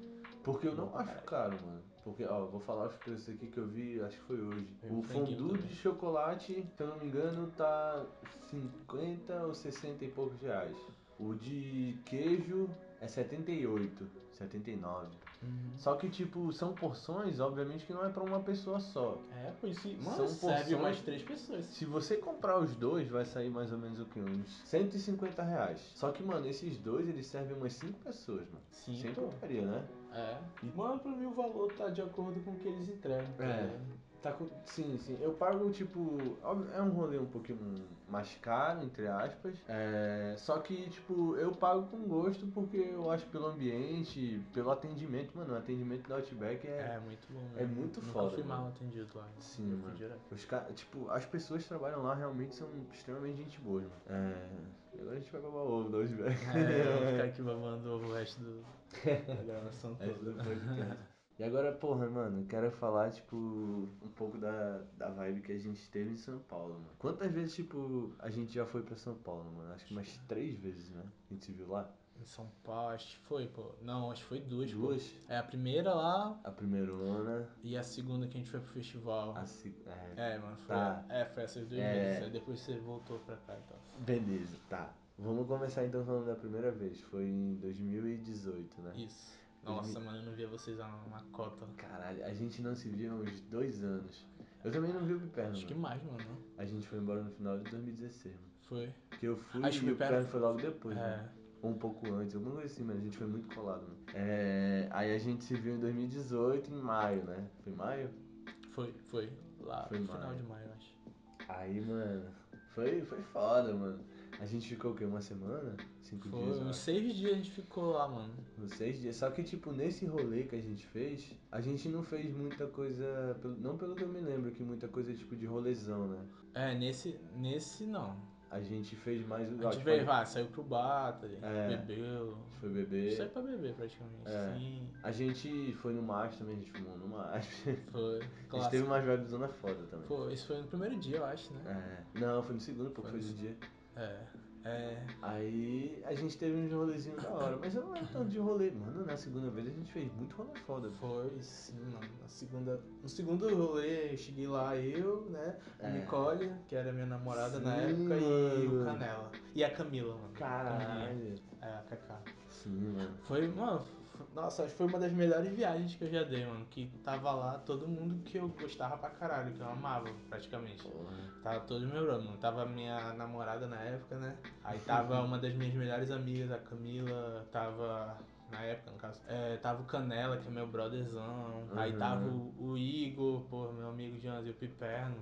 Speaker 1: Porque eu não acho caro, mano. Porque, ó, eu vou falar os preços aqui que eu vi, acho que foi né? hoje.
Speaker 2: Eu
Speaker 1: O
Speaker 2: franguinho
Speaker 1: fondue
Speaker 2: também.
Speaker 1: de chocolate, se eu não me engano, tá 50 ou 60 e poucos reais. O de queijo é 78, 79. Só que, tipo, são porções, obviamente, que não é pra uma pessoa só.
Speaker 2: É, por isso. Mano,
Speaker 1: São
Speaker 2: serve
Speaker 1: porções.
Speaker 2: umas três pessoas.
Speaker 1: Se você comprar os dois, vai sair mais ou menos o que? Uns 150 reais. Só que, mano, esses dois, eles servem umas 5 pessoas, mano.
Speaker 2: Sim,
Speaker 1: Sem
Speaker 2: pô.
Speaker 1: putaria, né?
Speaker 2: É. Mano, pra mim o valor tá de acordo com o que eles entregam. tá
Speaker 1: É.
Speaker 2: ligado?
Speaker 1: Tá com... Sim, sim. Eu pago, tipo. óbvio, É um rolê um pouquinho mais caro, entre aspas. É... Só que, tipo, eu pago com gosto porque eu acho pelo ambiente, pelo atendimento, mano. O atendimento da Outback é.
Speaker 2: É, muito bom.
Speaker 1: É
Speaker 2: né?
Speaker 1: muito
Speaker 2: Nunca
Speaker 1: foda,
Speaker 2: fui
Speaker 1: mano.
Speaker 2: mal atendido lá.
Speaker 1: Sim,
Speaker 2: Eu fui
Speaker 1: mano.
Speaker 2: direto.
Speaker 1: Os ca... Tipo, as pessoas que trabalham lá realmente são extremamente gente boa, mano. É. Agora a gente vai babar ovo da Outback.
Speaker 2: É,
Speaker 1: (laughs)
Speaker 2: eu vou ficar aqui babando o resto do... da gravação
Speaker 1: É, isso
Speaker 2: toda.
Speaker 1: não pode ter. E agora, porra, mano, eu quero falar, tipo, um pouco da, da vibe que a gente teve em São Paulo, mano. Quantas vezes, tipo, a gente já foi pra São Paulo, mano? Acho que umas três vezes, né? A gente se viu lá.
Speaker 2: Em São Paulo, acho que foi, pô. Não, acho que foi duas, pô.
Speaker 1: Duas.
Speaker 2: É, a primeira lá
Speaker 1: A primeira ona,
Speaker 2: e a segunda que a gente foi pro festival.
Speaker 1: a segunda. É.
Speaker 2: É, mano, foi,
Speaker 1: Tá.
Speaker 2: é, foi essas duas
Speaker 1: É.
Speaker 2: vezes. Aí depois você voltou pra cá então. e tal.
Speaker 1: Beleza, tá. Vamos começar então falando da primeira vez. Foi em 2018, né?
Speaker 2: Isso. Nossa, mano, eu não via vocês lá numa cota.
Speaker 1: Caralho, a gente não se via há uns dois anos. Eu também não vi o Piperno,
Speaker 2: Acho que
Speaker 1: mano.
Speaker 2: mais, mano. né?
Speaker 1: A gente foi embora no final de 2016, mano.
Speaker 2: Foi.
Speaker 1: Que eu fui
Speaker 2: Acho que
Speaker 1: e
Speaker 2: o
Speaker 1: o
Speaker 2: Piperno
Speaker 1: Piperno foi logo depois, né?
Speaker 2: É.
Speaker 1: Ou um pouco antes, alguma coisa assim, mas a gente foi muito colado, mano. É, aí a gente se viu em 2018, em maio, né? Foi em maio?
Speaker 2: Foi, foi. Lá
Speaker 1: Foi
Speaker 2: no
Speaker 1: em
Speaker 2: final
Speaker 1: maio.
Speaker 2: de maio, eu acho.
Speaker 1: Aí, mano, foi, foi foda, mano. A gente ficou o quê? Uma semana? Cinco
Speaker 2: Foi
Speaker 1: dias? eu
Speaker 2: uns
Speaker 1: acho.
Speaker 2: seis dias a gente ficou lá, mano.
Speaker 1: Uns seis dias. Só que, tipo, nesse rolê que a gente fez, a gente não fez muita coisa. pelo- Não pelo que eu me lembro, que muita coisa tipo de rolezão, né?
Speaker 2: É, nesse, nesse não.
Speaker 1: A gente fez mais.
Speaker 2: A gente veio, vai, saiu pro bar, tá ligado?
Speaker 1: É.
Speaker 2: Bebeu.
Speaker 1: Foi beber.
Speaker 2: Saiu é pra beber praticamente.
Speaker 1: É.
Speaker 2: Sim.
Speaker 1: A gente foi no Mars também, a gente fumou no Mars.
Speaker 2: Foi.
Speaker 1: (laughs) A gente teve um
Speaker 2: Clássico.
Speaker 1: umas vibes zona foda também.
Speaker 2: Pô, isso foi no primeiro dia, eu acho, né?
Speaker 1: É. Não, foi no segundo, pô,
Speaker 2: Foi
Speaker 1: foi
Speaker 2: no
Speaker 1: do dia.
Speaker 2: É. É.
Speaker 1: Aí a gente teve uns rolezinhos da hora, mas eu não lembro tanto de rolê. Mano, na segunda vez a gente fez muito rolê foda. pô.
Speaker 2: Foi sim, mano. Na segunda, no segundo rolê, eu cheguei lá eu, né? A
Speaker 1: É.
Speaker 2: Nicole, que era minha namorada na
Speaker 1: Sim,
Speaker 2: época, e
Speaker 1: mano.
Speaker 2: o Canela. E a Camila, mano. Camilinha.
Speaker 1: Caralho.
Speaker 2: É, a Cacá.
Speaker 1: Sim, mano.
Speaker 2: Foi, mano, f- nossa, acho que foi uma das melhores viagens que eu já dei, mano. Que tava lá todo mundo que eu gostava pra caralho, que eu amava praticamente.
Speaker 1: Porra.
Speaker 2: Tava todo meu brother, mano. Tava minha namorada na época, né? Aí tava
Speaker 1: Uhum.
Speaker 2: uma das minhas melhores amigas, a Camila, tava. Na época, no caso. É, tava o Canela, que é meu brotherzão. Aí
Speaker 1: Uhum.
Speaker 2: tava o, o Igor, pô, meu amigo Janzi, o Piperno.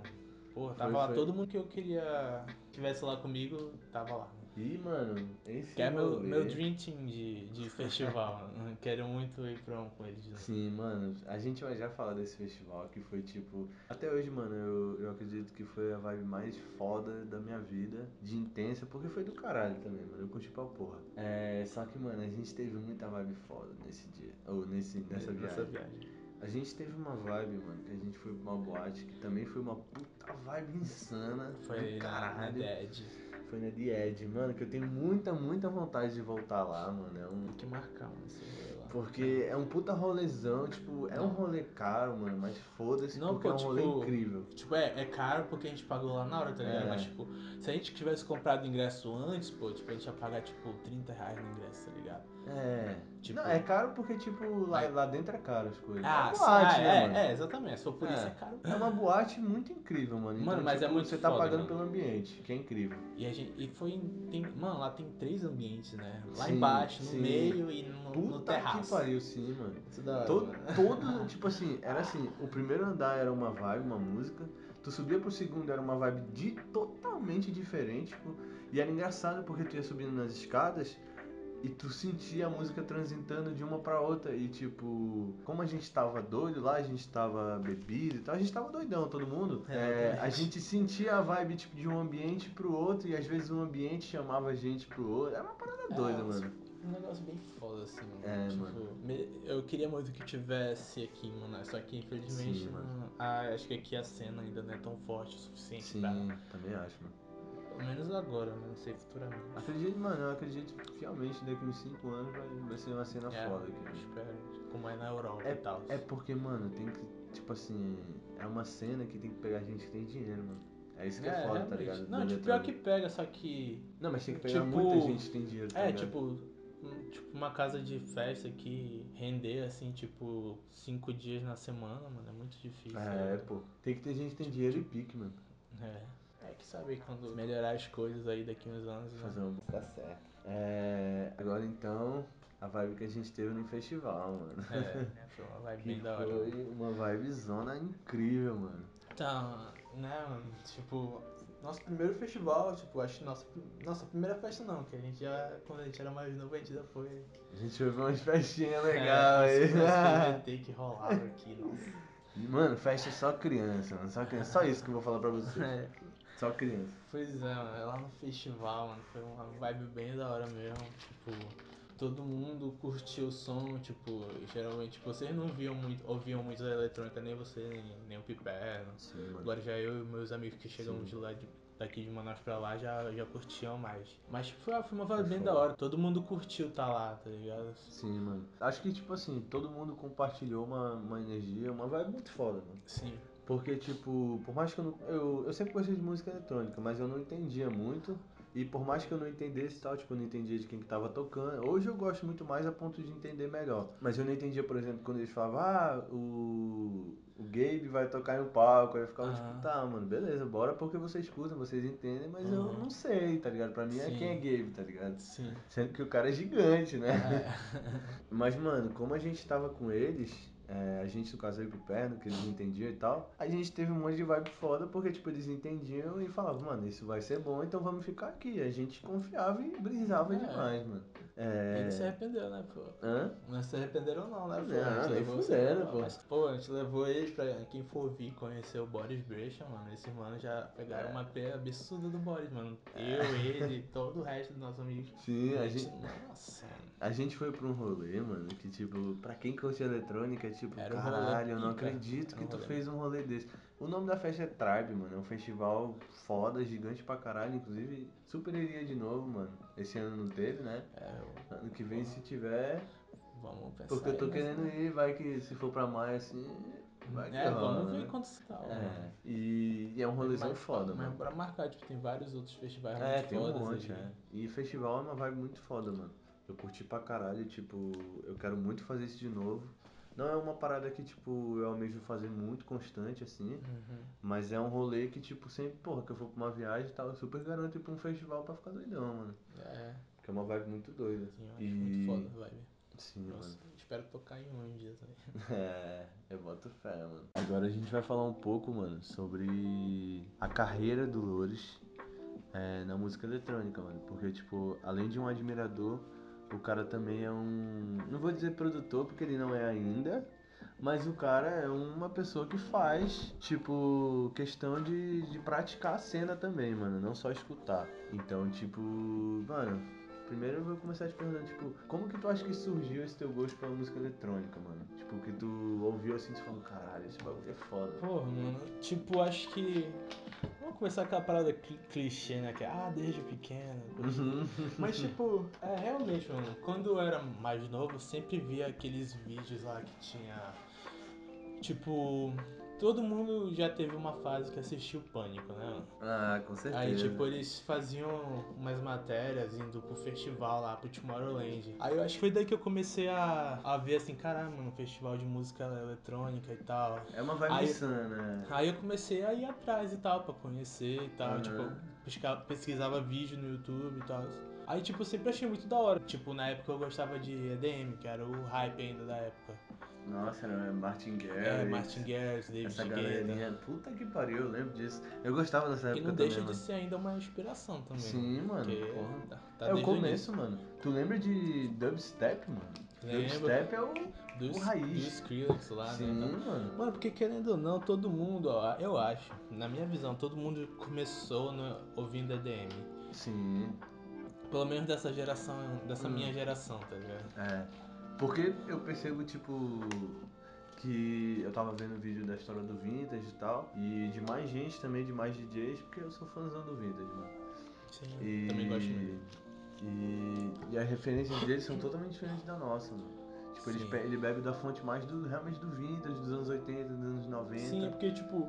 Speaker 2: Pô, tava
Speaker 1: Foi,
Speaker 2: lá
Speaker 1: foi.
Speaker 2: todo mundo que eu queria que tivesse lá comigo, tava lá.
Speaker 1: E, mano, esse
Speaker 2: Que é meu,
Speaker 1: rolê-
Speaker 2: meu dream team de, de (laughs) festival. mano. Quero muito ir pra um com eles. né?
Speaker 1: Sim, mano, a gente vai já falar desse festival que foi tipo. Até hoje, mano, eu, eu acredito que foi a vibe mais foda da minha vida, de intensa, porque foi do caralho também, mano. Eu curti pra porra. É, só que, mano, a gente teve muita vibe foda nesse dia, ou nesse, nessa viagem.
Speaker 2: viagem.
Speaker 1: A gente teve uma vibe, mano, que a gente foi pra uma boate que também foi uma puta vibe insana.
Speaker 2: Foi
Speaker 1: do
Speaker 2: na, na
Speaker 1: caralho.
Speaker 2: Dead.
Speaker 1: Foi na The Edge, mano, que eu tenho muita, muita vontade de voltar lá, mano. É um.
Speaker 2: Tem que marcar um esse rolê lá.
Speaker 1: Porque é um puta rolezão, tipo, é um
Speaker 2: Não.
Speaker 1: rolê caro, mano, mas foda-se,
Speaker 2: Não,
Speaker 1: porque
Speaker 2: pô,
Speaker 1: é um rolê
Speaker 2: tipo,
Speaker 1: incrível.
Speaker 2: Tipo, é, é caro porque a gente pagou lá na hora, tá ligado?
Speaker 1: É.
Speaker 2: Mas, tipo, se a gente tivesse comprado ingresso antes, pô, tipo, a gente ia pagar, tipo, 30 reais no ingresso, tá ligado?
Speaker 1: É.
Speaker 2: Tipo-
Speaker 1: Não, é caro porque, tipo, lá, lá dentro é caro as coisas.
Speaker 2: Ah,
Speaker 1: é uma
Speaker 2: sim,
Speaker 1: boate,
Speaker 2: ah,
Speaker 1: né,
Speaker 2: é,
Speaker 1: mano?
Speaker 2: é, exatamente. Se for por isso,
Speaker 1: É.
Speaker 2: é caro.
Speaker 1: É uma boate muito incrível, mano.
Speaker 2: Mano, mas é
Speaker 1: tipo,
Speaker 2: muito
Speaker 1: Você tá
Speaker 2: foda,
Speaker 1: pagando
Speaker 2: mano.
Speaker 1: pelo ambiente, que é incrível.
Speaker 2: E, a gente, e foi. em- Tem, mano, lá tem três ambientes, né? Lá
Speaker 1: Sim,
Speaker 2: embaixo, no
Speaker 1: sim.
Speaker 2: meio e no, no
Speaker 1: Puta que
Speaker 2: terraço.
Speaker 1: pariu, sim, mano.
Speaker 2: Isso da hora,
Speaker 1: Todo,
Speaker 2: mano.
Speaker 1: todo, tipo assim, era assim, o primeiro andar era uma vibe, uma música, tu subia pro segundo era uma vibe de, totalmente diferente, tipo, e era engraçado porque tu ia subindo nas escadas e tu sentia a música transitando de uma pra outra e tipo, como a gente tava doido lá, a gente tava bebido e tal, a gente tava doidão, todo mundo,
Speaker 2: É,
Speaker 1: é, a gente sentia a vibe tipo de um ambiente pro outro e às vezes um ambiente chamava a gente pro outro, era uma parada
Speaker 2: É,
Speaker 1: doida, mano.
Speaker 2: Um negócio bem foda, assim, mano.
Speaker 1: É,
Speaker 2: tipo,
Speaker 1: mano.
Speaker 2: me- eu queria muito que tivesse aqui, mano. Só que infelizmente
Speaker 1: Sim, mano.
Speaker 2: não- ah, acho que aqui a cena ainda não é tão forte o suficiente
Speaker 1: Sim,
Speaker 2: pra.
Speaker 1: também acho, mano.
Speaker 2: Pelo menos agora, né? Não sei futuramente.
Speaker 1: Acredito, mano, eu acredito fielmente daqui uns 5 anos vai, vai ser uma cena
Speaker 2: É,
Speaker 1: foda aqui.
Speaker 2: eu
Speaker 1: mano.
Speaker 2: espero. Como é na Europa e tal.
Speaker 1: É porque, mano, tem que. Tipo assim, é uma cena que tem que pegar gente que tem dinheiro, mano. É isso que é, foda, tá
Speaker 2: realmente.
Speaker 1: ligado?
Speaker 2: Não,
Speaker 1: Do
Speaker 2: tipo, pior que
Speaker 1: eletrônico.
Speaker 2: pega, só que.
Speaker 1: Não, mas tem que pegar
Speaker 2: tipo,
Speaker 1: muita gente que tem dinheiro, tá
Speaker 2: É,
Speaker 1: ligado?
Speaker 2: tipo, um- tipo, uma casa de festa que render, assim, tipo, cinco dias na semana, mano, é muito difícil.
Speaker 1: É,
Speaker 2: né?
Speaker 1: pô. Tem que ter gente que tem dinheiro e pique, mano.
Speaker 2: É. Tem que saber quando melhorar as coisas aí daqui uns anos, né?
Speaker 1: (laughs) Fazer um. Tá certo. É. Agora então, a vibe que a gente teve no festival, mano.
Speaker 2: É, foi uma vibe
Speaker 1: Que
Speaker 2: (laughs) bem da hora.
Speaker 1: foi uma vibe zona incrível, mano.
Speaker 2: Então, né, mano, tipo, nosso primeiro festival, tipo, acho que nossa, nossa primeira festa não, que a gente já, quando a gente era mais novo, a gente já foi.
Speaker 1: A gente foi pra umas festinhas legais
Speaker 2: é, esse
Speaker 1: (laughs) aí.
Speaker 2: LGBT que rolava aqui, nossa.
Speaker 1: Mano, festa é só criança, mano. Só criança. Só isso que eu vou falar pra vocês.
Speaker 2: É,
Speaker 1: Só criança.
Speaker 2: pois é, mano, lá no festival, mano, foi uma vibe bem da hora mesmo, tipo, todo mundo curtiu o som, tipo, geralmente tipo, vocês não viam muito, ouviam muito da eletrônica, nem você, nem, nem o Pipé, não
Speaker 1: Sim, mano.
Speaker 2: Agora já eu e meus amigos que chegamos
Speaker 1: Sim.
Speaker 2: de lá de- daqui de Manaus pra lá já, já curtiam mais. Mas tipo, foi, foi uma vibe bem
Speaker 1: Foi.
Speaker 2: da hora. Todo mundo curtiu tá lá, tá ligado?
Speaker 1: Sim, mano. Acho que, tipo assim, todo mundo compartilhou uma, uma energia, uma vibe muito foda, mano.
Speaker 2: Sim.
Speaker 1: Porque, tipo, por mais que eu não. Eu, eu sempre gostei de música eletrônica, mas eu não entendia muito. E por mais que eu não entendesse e tal, tipo, eu não entendia de quem que tava tocando. Hoje eu gosto muito mais a ponto de entender melhor. Mas eu não entendia, por exemplo, quando eles falavam, ah, o. O Gabe vai tocar em um palco. Aí eu ficava,
Speaker 2: Aham.
Speaker 1: tipo, tá, mano, beleza, bora porque vocês escutam, vocês entendem, mas eu
Speaker 2: Aham.
Speaker 1: não sei, tá ligado? Pra mim é
Speaker 2: Uhum. Sim.
Speaker 1: quem é Gabe, tá ligado? (laughs)
Speaker 2: Sim.
Speaker 1: Sendo que o cara é gigante, né?
Speaker 2: É,
Speaker 1: Mas, mano, como a gente tava com eles, é, a gente, no caso, eu e o Perno, que eles entendiam e tal, a gente teve um monte de vibe foda, porque, tipo, eles entendiam e falavam, mano, isso vai ser bom, então vamos ficar aqui. A gente confiava e brisava
Speaker 2: É.
Speaker 1: demais, mano. É...
Speaker 2: Eles se arrependeu, né, pô?
Speaker 1: Hã?
Speaker 2: Não se arrependeram não, né, pô?
Speaker 1: Não,
Speaker 2: A gente
Speaker 1: é, nem
Speaker 2: levou-
Speaker 1: fuderam, pô.
Speaker 2: Mas, pô, a gente levou eles pra quem for vir conhecer o Boris Brecha, mano. Esses manos já pegaram uma pé absurda do Boris, mano. Eu, ele, todo o resto dos nossos amigos.
Speaker 1: Sim, É. a gente,
Speaker 2: Nossa, mano.
Speaker 1: a gente foi pra um rolê, mano, que, tipo, pra quem curte eletrônica, tipo,
Speaker 2: Era um rolê
Speaker 1: caralho, eu não
Speaker 2: pica.
Speaker 1: acredito
Speaker 2: Era
Speaker 1: que
Speaker 2: um
Speaker 1: tu
Speaker 2: rolê
Speaker 1: fez um rolê desse. O nome da festa é Tribe, mano, é um festival foda, gigante pra caralho, inclusive, super iria de novo, mano. Esse ano não teve, né?
Speaker 2: É,
Speaker 1: Ano que vem, se tiver,
Speaker 2: vamos pensar
Speaker 1: porque eu tô
Speaker 2: aí, né?
Speaker 1: querendo ir, vai que se for pra maio assim, vai que
Speaker 2: É,
Speaker 1: rola,
Speaker 2: vamos ver
Speaker 1: né?
Speaker 2: quanto está.
Speaker 1: É, e, e é um rolezão
Speaker 2: Mas-
Speaker 1: foda,
Speaker 2: Mas
Speaker 1: mano.
Speaker 2: pra marcar, tipo, tem vários outros festivais
Speaker 1: É,
Speaker 2: muito
Speaker 1: tem um
Speaker 2: fodas
Speaker 1: monte,
Speaker 2: aí.
Speaker 1: é. E festival é uma vibe muito foda, mano. Eu curti pra caralho, tipo, eu quero muito fazer isso de novo. Não é uma parada que, tipo, eu almejo fazer muito constante, assim,
Speaker 2: Uhum.
Speaker 1: mas é um rolê que, tipo, sempre, porra, que eu vou pra uma viagem e tal, eu super garanto ir pra um festival pra ficar doidão, mano.
Speaker 2: É,
Speaker 1: Que é uma vibe muito doida.
Speaker 2: sim, eu acho
Speaker 1: E-
Speaker 2: muito foda a vibe.
Speaker 1: Sim, mano.
Speaker 2: Nossa, espero tocar em um dia também.
Speaker 1: É, (laughs) eu boto fé, mano. Agora a gente vai falar um pouco, mano, sobre a carreira do Loures é, na música eletrônica, mano. Porque, tipo, além de um admirador, o cara também é um. Não vou dizer produtor, porque ele não é ainda. Mas o cara é uma pessoa que faz, tipo, questão de, de praticar a cena também, mano. Não só escutar. Então, tipo, mano, Primeiro eu vou começar te perguntando, tipo, como que tu acha que surgiu esse teu gosto pela música eletrônica, mano? Tipo, que tu ouviu assim e falou, caralho, esse bagulho é foda.
Speaker 2: Porra, mano, tipo, acho que. Vamos começar com a parada cli- clichê, né? Que é, ah, desde
Speaker 1: (laughs)
Speaker 2: pequeno. Uhum. Mas, tipo, é realmente, mano, quando eu era mais novo, eu sempre via aqueles vídeos lá que tinha. Tipo, todo mundo já teve uma fase que assistiu Pânico, né? mano?
Speaker 1: Ah, com certeza.
Speaker 2: Aí, tipo, eles faziam umas matérias indo pro festival lá, pro Tomorrowland. Aí eu acho que foi daí que eu comecei a, a ver assim, caramba, mano, festival de música eletrônica e tal.
Speaker 1: É uma vibe
Speaker 2: Aí-
Speaker 1: insana. é.
Speaker 2: Aí eu comecei a ir atrás e tal, pra conhecer e tal.
Speaker 1: Aham.
Speaker 2: Tipo, eu pesca- pesquisava vídeo no YouTube e tal. Aí, tipo, eu sempre achei muito da hora. Tipo, na época eu gostava de EDM, que era o hype ainda da época.
Speaker 1: Nossa, era Martin Garrix.
Speaker 2: É, Martin Garrix, David
Speaker 1: Essa
Speaker 2: Guetta.
Speaker 1: galerinha. Puta que pariu, eu lembro disso. Eu gostava dessa
Speaker 2: E
Speaker 1: época
Speaker 2: não deixa
Speaker 1: também,
Speaker 2: de ser ainda uma inspiração
Speaker 1: mano.
Speaker 2: também. né?
Speaker 1: Sim, mano.
Speaker 2: Porque
Speaker 1: porra.
Speaker 2: tá, tá
Speaker 1: é o
Speaker 2: desde o
Speaker 1: começo, mano. Tu lembra de dubstep, mano?
Speaker 2: Lembro.
Speaker 1: Dubstep é o.
Speaker 2: dos,
Speaker 1: O raiz.
Speaker 2: dos Skrillex lá,
Speaker 1: Sim,
Speaker 2: né? Então,
Speaker 1: mano.
Speaker 2: Mano, porque querendo ou não, todo mundo, ó, eu acho, na minha visão, todo mundo começou né, ouvindo EDM.
Speaker 1: Sim.
Speaker 2: Pelo menos dessa geração, dessa
Speaker 1: Hum.
Speaker 2: minha geração, tá ligado?
Speaker 1: É. Porque eu percebo, tipo, que eu tava vendo vídeo da história do Vintage e tal, e de mais gente também, de mais DJs, porque eu sou fãzão do Vintage, mano.
Speaker 2: Sim,
Speaker 1: E,
Speaker 2: também gosto muito.
Speaker 1: E, e as referências deles são totalmente diferentes da nossa, mano. Tipo, eles
Speaker 2: Sim.
Speaker 1: pe- ele bebe da fonte mais do, realmente do Vintage, dos anos 80, dos anos 90,
Speaker 2: Sim, é porque, tipo,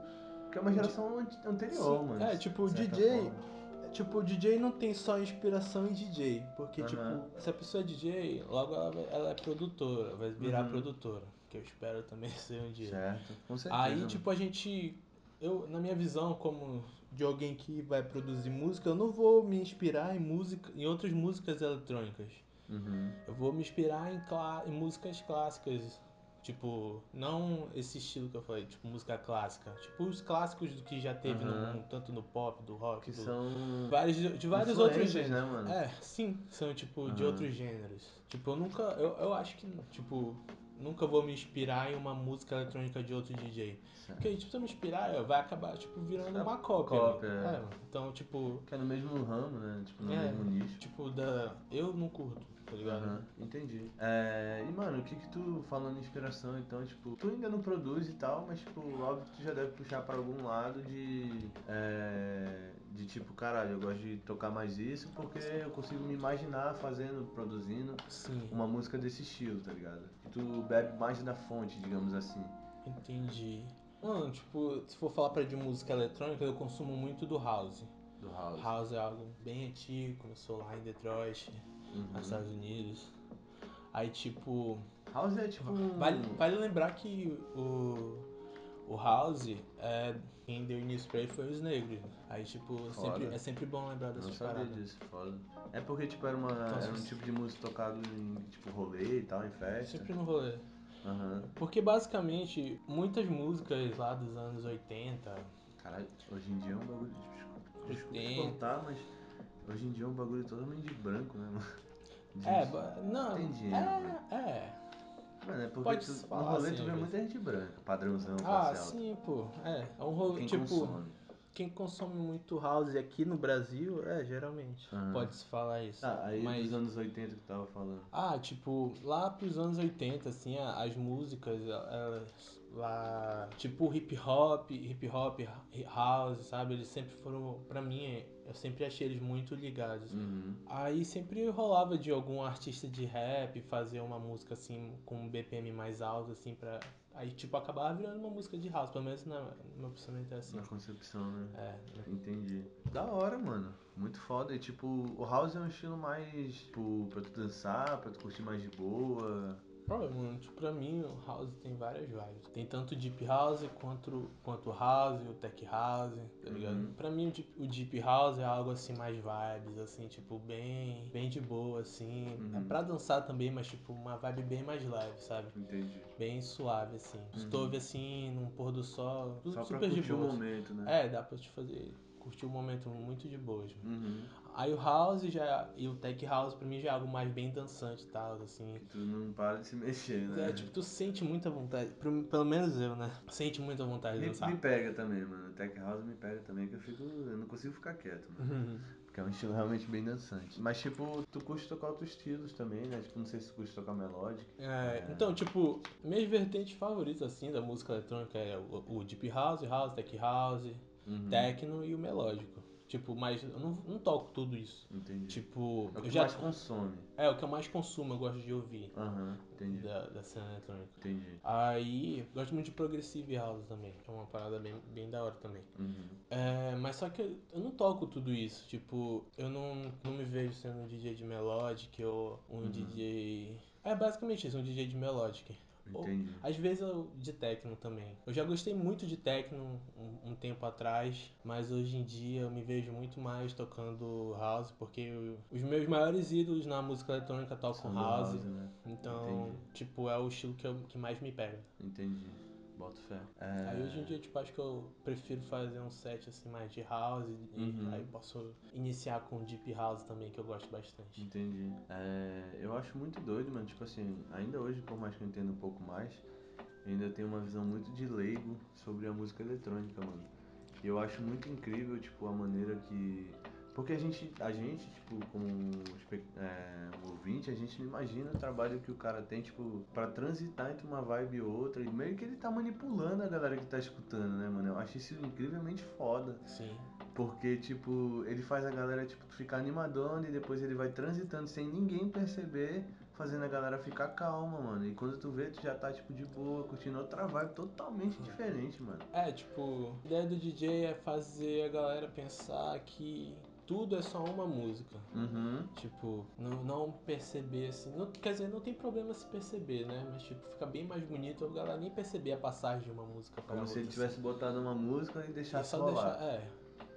Speaker 1: que é uma geração ante- anterior,
Speaker 2: sim,
Speaker 1: tá mano.
Speaker 2: é, tipo, o
Speaker 1: de certa
Speaker 2: DJ,
Speaker 1: forma.
Speaker 2: Tipo, o DJ não tem só inspiração em DJ, porque,
Speaker 1: Aham.
Speaker 2: tipo, se a pessoa é DJ, logo ela, vai- ela é produtora, vai virar
Speaker 1: Uhum.
Speaker 2: produtora, que eu espero também (laughs) ser um dia.
Speaker 1: Certo, com certeza.
Speaker 2: Aí,
Speaker 1: mano.
Speaker 2: tipo, a gente. Eu, na minha visão, como de alguém que vai produzir música, eu não vou me inspirar em música, em outras músicas eletrônicas.
Speaker 1: Uhum.
Speaker 2: Eu vou me inspirar em, clá- em músicas clássicas. Tipo, não esse estilo que eu falei, tipo música clássica. Tipo os clássicos do que já teve no-
Speaker 1: Aham.
Speaker 2: no, tanto no pop, do rock,
Speaker 1: Uhum. Que
Speaker 2: do,
Speaker 1: são.
Speaker 2: vários, de vários outros
Speaker 1: influências,
Speaker 2: gêneros.
Speaker 1: né, Uhum. mano?
Speaker 2: É, sim, são tipo de
Speaker 1: Aham.
Speaker 2: outros gêneros. Tipo, eu nunca. Eu, eu acho que, tipo, nunca vou me inspirar em uma música eletrônica de outro DJ.
Speaker 1: Certo.
Speaker 2: Porque, tipo, se eu me inspirar, eu- vai acabar, tipo, virando
Speaker 1: É,
Speaker 2: uma cópia.
Speaker 1: cópia,
Speaker 2: né?
Speaker 1: é.
Speaker 2: É, mano. Então, tipo,
Speaker 1: Que é no mesmo ramo, né? Tipo, no
Speaker 2: É.
Speaker 1: mesmo nicho.
Speaker 2: tipo, da. Eu não curto, tá ligado?
Speaker 1: Aham, entendi. É, e mano, o que que tu falando em inspiração, então, tipo, tu ainda não produz e tal, mas tipo, óbvio que tu já deve puxar pra algum lado de. é, de tipo, caralho, eu gosto de tocar mais isso porque eu consigo me imaginar fazendo, produzindo
Speaker 2: Sim,
Speaker 1: uma música desse estilo, tá ligado? Que tu bebe mais da fonte, digamos assim.
Speaker 2: entendi. Mano, tipo, se for falar pra de música eletrônica, eu consumo muito do house.
Speaker 1: Do house.
Speaker 2: House é algo bem antigo, começou lá em Detroit,
Speaker 1: Uhum.
Speaker 2: nos Estados Unidos. Aí, tipo,
Speaker 1: House é tipo. um-
Speaker 2: Vale, vale lembrar que o, o House, é, quem deu início pra ele foi os negros. Aí, tipo,
Speaker 1: Foda.
Speaker 2: sempre, é sempre bom lembrar
Speaker 1: Não
Speaker 2: dessas
Speaker 1: sabia
Speaker 2: paradas. Então,
Speaker 1: disso, foda. É porque tipo era, uma, era um tipo de música tocado em tipo rolê e tal, em festa.
Speaker 2: É Sempre no rolê.
Speaker 1: Aham.
Speaker 2: Porque, basicamente, muitas músicas lá dos anos 80,
Speaker 1: Caralho, hoje em dia é um bagulho. Desculpa, desculpa te
Speaker 2: Tem.
Speaker 1: cortar, mas hoje em dia é um bagulho totalmente de branco, né, mano? De-
Speaker 2: É, ba- não.
Speaker 1: Entendi, mano.
Speaker 2: É, é.
Speaker 1: Mano, é porque
Speaker 2: pode
Speaker 1: tu, no
Speaker 2: falar
Speaker 1: rolê
Speaker 2: assim,
Speaker 1: tu vê
Speaker 2: às
Speaker 1: muita gente branca, padrãozão,
Speaker 2: Ah,
Speaker 1: facial.
Speaker 2: sim, pô. É, é um rolê.
Speaker 1: Quem
Speaker 2: tipo,
Speaker 1: consome.
Speaker 2: quem consome muito house aqui no Brasil, é, geralmente.
Speaker 1: Aham.
Speaker 2: Pode-se falar isso.
Speaker 1: Tá, Ah. aí
Speaker 2: Ah, mas-
Speaker 1: dos anos 80 que tu tava falando.
Speaker 2: Ah, tipo, lá pros anos 80, assim, a- as músicas, é, elas lá, tipo hip hop, hip hop, house, sabe? Eles sempre foram, pra mim, eu sempre achei eles muito ligados.
Speaker 1: Uhum.
Speaker 2: Aí sempre rolava de algum artista de rap fazer uma música assim com um BPM mais alto assim pra aí tipo acabava virando uma música de house, pelo menos na, no meu pensamento é assim.
Speaker 1: Na concepção, né?
Speaker 2: É,
Speaker 1: Entendi. Da hora, mano. Muito foda. E tipo, o house é um estilo mais, tipo, pra tu dançar, pra tu curtir mais de boa.
Speaker 2: Olha, mano, tipo, pra mim o house tem várias vibes. Tem tanto deep house quanto, quanto o house, o tech house, tá ligado?
Speaker 1: Uhum.
Speaker 2: Pra mim o deep, o deep house é algo assim mais vibes, assim, tipo, bem, bem de boa, assim.
Speaker 1: Uhum.
Speaker 2: É pra dançar também, mas tipo, uma vibe bem mais leve, sabe?
Speaker 1: Entendi.
Speaker 2: Bem suave, assim.
Speaker 1: Uhum.
Speaker 2: Estouve assim, num pôr do sol, tudo
Speaker 1: Só pra
Speaker 2: super de
Speaker 1: curtir o
Speaker 2: boa.
Speaker 1: momento, né?
Speaker 2: É, dá pra te fazer. Curtir o momento muito de boas, mano.
Speaker 1: Uhum.
Speaker 2: Aí o house já. E o tech house pra mim já é algo mais bem dançante e tal, assim.
Speaker 1: Que tu não para de se (laughs) mexer, né?
Speaker 2: É, tipo, tu sente muita vontade, pro- pelo menos eu, né? Sente muita vontade de
Speaker 1: Me,
Speaker 2: dançar.
Speaker 1: me pega também, mano. Tech House me pega também, que eu fico. Eu não consigo ficar quieto, mano. Porque é um estilo realmente bem dançante. Mas tipo, tu curte tocar outros estilos também, né? Tipo, não sei se tu curte tocar melodic.
Speaker 2: É, então, tipo, minhas vertentes favoritas, assim, da música eletrônica é o, o Deep House, House, Tech House,
Speaker 1: Uhum.
Speaker 2: Techno e o Melódico. Tipo, mas eu não, não toco tudo isso.
Speaker 1: Entendi.
Speaker 2: Tipo,
Speaker 1: é o que
Speaker 2: eu já.
Speaker 1: mais consome.
Speaker 2: É, o que eu mais consumo, eu gosto de ouvir
Speaker 1: Aham, entendi.
Speaker 2: da, da cena eletrônica.
Speaker 1: Entendi.
Speaker 2: Aí, gosto muito de Progressive House também, que é uma parada bem, bem da hora também.
Speaker 1: Uhum.
Speaker 2: É, mas só que eu, eu não toco tudo isso. Tipo, eu não, não me vejo sendo um DJ de melodic ou um
Speaker 1: Uhum.
Speaker 2: DJ. É basicamente isso, um DJ de melodic. Ou-
Speaker 1: Entendi.
Speaker 2: Às vezes eu de techno também. Eu já gostei muito de techno um, um tempo atrás, mas hoje em dia eu me vejo muito mais tocando house, porque eu- os meus maiores ídolos na música eletrônica tocam
Speaker 1: Samba
Speaker 2: house.
Speaker 1: né?
Speaker 2: Então, tipo, é o estilo que, eu, que mais me pega.
Speaker 1: Entendi. Boto fé. É...
Speaker 2: Aí hoje em dia, tipo, acho que eu prefiro fazer um set assim mais de house e
Speaker 1: Uhum.
Speaker 2: aí posso iniciar com deep house também, que eu gosto bastante.
Speaker 1: Entendi. É, eu acho muito doido, mano. Tipo assim, ainda hoje, por mais que eu entenda um pouco mais, eu ainda tenho uma visão muito de leigo sobre a música eletrônica, mano. E eu acho muito incrível, tipo, a maneira que. Porque a gente, a gente tipo, como espe- é, um ouvinte, a gente não imagina o trabalho que o cara tem, tipo, pra transitar entre uma vibe e outra. E meio que ele tá manipulando a galera que tá escutando, né, mano? Eu acho isso incrivelmente foda.
Speaker 2: Sim.
Speaker 1: Porque, tipo, ele faz a galera tipo, ficar animadona e depois ele vai transitando sem ninguém perceber, fazendo a galera ficar calma, mano. E quando tu vê, tu já tá, tipo, de boa, curtindo outra vibe totalmente diferente, mano.
Speaker 2: É, tipo, a ideia do DJ é fazer a galera pensar que tudo é só uma música.
Speaker 1: Uhum.
Speaker 2: Tipo, não, não perceber assim. Não, quer dizer, não tem problema se perceber, né? Mas tipo, fica bem mais bonito a galera nem perceber a passagem de uma música pra
Speaker 1: Como
Speaker 2: outra.
Speaker 1: se ele tivesse botado uma música e
Speaker 2: assim. E
Speaker 1: deixasse
Speaker 2: só
Speaker 1: rolar.
Speaker 2: deixar. É.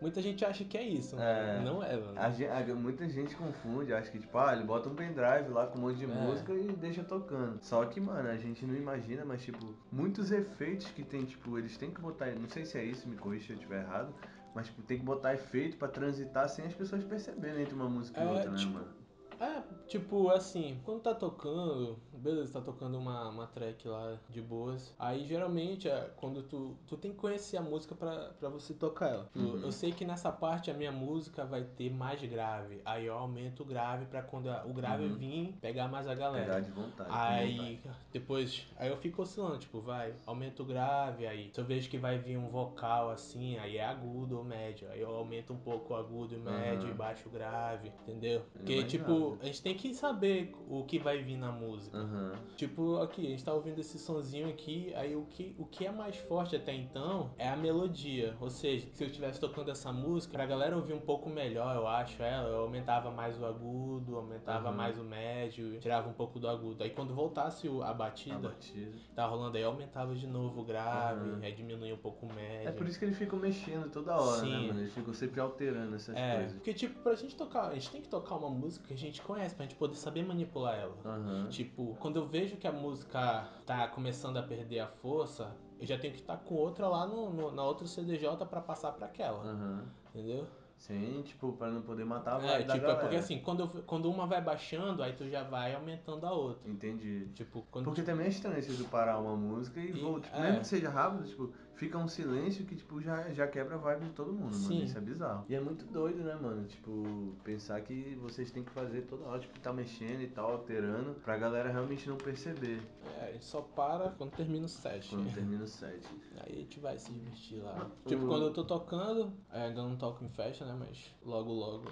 Speaker 2: Muita gente acha que é isso, né?
Speaker 1: É.
Speaker 2: Não é, mano.
Speaker 1: A gen- a- muita gente confunde, acha que tipo, ah, ele bota um pendrive lá com um monte de
Speaker 2: É.
Speaker 1: música e deixa tocando. Só que, mano, a gente não imagina, mas tipo, muitos efeitos que tem, tipo, eles têm que botar, não sei se é isso, me corrija se eu estiver errado, mas tipo, tem que botar efeito pra transitar sem as pessoas perceberem entre uma música e
Speaker 2: É,
Speaker 1: outra, né,
Speaker 2: tipo,
Speaker 1: mano?
Speaker 2: É, tipo assim, quando tá tocando, beleza, tá tocando uma, uma track lá de boas. Aí geralmente é quando tu, tu tem que conhecer a música pra, pra você tocar ela. Tipo,
Speaker 1: Uhum.
Speaker 2: Eu sei que nessa parte a minha música vai ter mais grave. Aí eu aumento o grave pra quando a- o grave
Speaker 1: Uhum.
Speaker 2: vir, pegar mais a galera.
Speaker 1: Pegar de vontade. com vontade.
Speaker 2: é. Aí depois, aí eu fico oscilando, tipo, vai, aumento o grave, aí se eu vejo que vai vir um vocal assim, aí é agudo ou médio, aí eu aumento um pouco o agudo e o médio
Speaker 1: Aham.
Speaker 2: e baixo o grave, entendeu? Porque,
Speaker 1: mais
Speaker 2: tipo,
Speaker 1: grave.
Speaker 2: a gente tem que saber o que vai vir na música.
Speaker 1: Aham.
Speaker 2: Tipo, aqui, a gente tá ouvindo esse sonzinho aqui, aí o que, o que é mais forte até então é a melodia. Ou seja, se eu estivesse tocando essa música, pra galera ouvir um pouco melhor, eu acho, ela, eu aumentava mais o agudo, aumentava
Speaker 1: Aham.
Speaker 2: mais o médio, tirava um pouco do agudo. Aí quando voltasse o- a
Speaker 1: A
Speaker 2: batida,
Speaker 1: batida.
Speaker 2: tá rolando aí, eu aumentava de novo o grave,
Speaker 1: Aham.
Speaker 2: aí diminuía um pouco o médio.
Speaker 1: Uhum. É por isso que eles ficam mexendo toda hora, né,
Speaker 2: Sim.
Speaker 1: mano? Eles ficam sempre alterando essas
Speaker 2: É,
Speaker 1: coisas.
Speaker 2: porque tipo, pra gente tocar, a gente tem que tocar uma música que a gente conhece, pra gente poder saber manipular ela.
Speaker 1: Aham.
Speaker 2: Tipo, quando eu vejo que a música tá começando a perder a força, eu já tenho que estar com outra lá no, no- na outra CDJ pra passar pra aquela, né?
Speaker 1: Aham.
Speaker 2: entendeu?
Speaker 1: Sim, tipo, pra não poder matar a
Speaker 2: é,
Speaker 1: vibe da
Speaker 2: tipo, é
Speaker 1: galera.
Speaker 2: porque assim, quando, eu- quando uma vai baixando, aí tu já vai aumentando a outra.
Speaker 1: Entendi.
Speaker 2: Tipo, quando
Speaker 1: Porque também é estranho se tu parar uma música e,
Speaker 2: E-
Speaker 1: volta. Tipo,
Speaker 2: é.
Speaker 1: Mesmo que seja rápido, tipo, fica um silêncio que, tipo, já, já quebra a vibe de todo mundo,
Speaker 2: Sim.
Speaker 1: mano. Isso é bizarro. E é muito doido, né, mano? Tipo, pensar que vocês têm que fazer toda hora, tipo, tá mexendo e tal, alterando, pra galera realmente não perceber
Speaker 2: é, a gente só para quando termina o set.
Speaker 1: quando termina o set.
Speaker 2: Aí a gente vai se divertir lá.
Speaker 1: Mas
Speaker 2: Tipo,
Speaker 1: o-
Speaker 2: quando eu tô tocando, é, ainda não toco em festa, né? Mas logo, logo.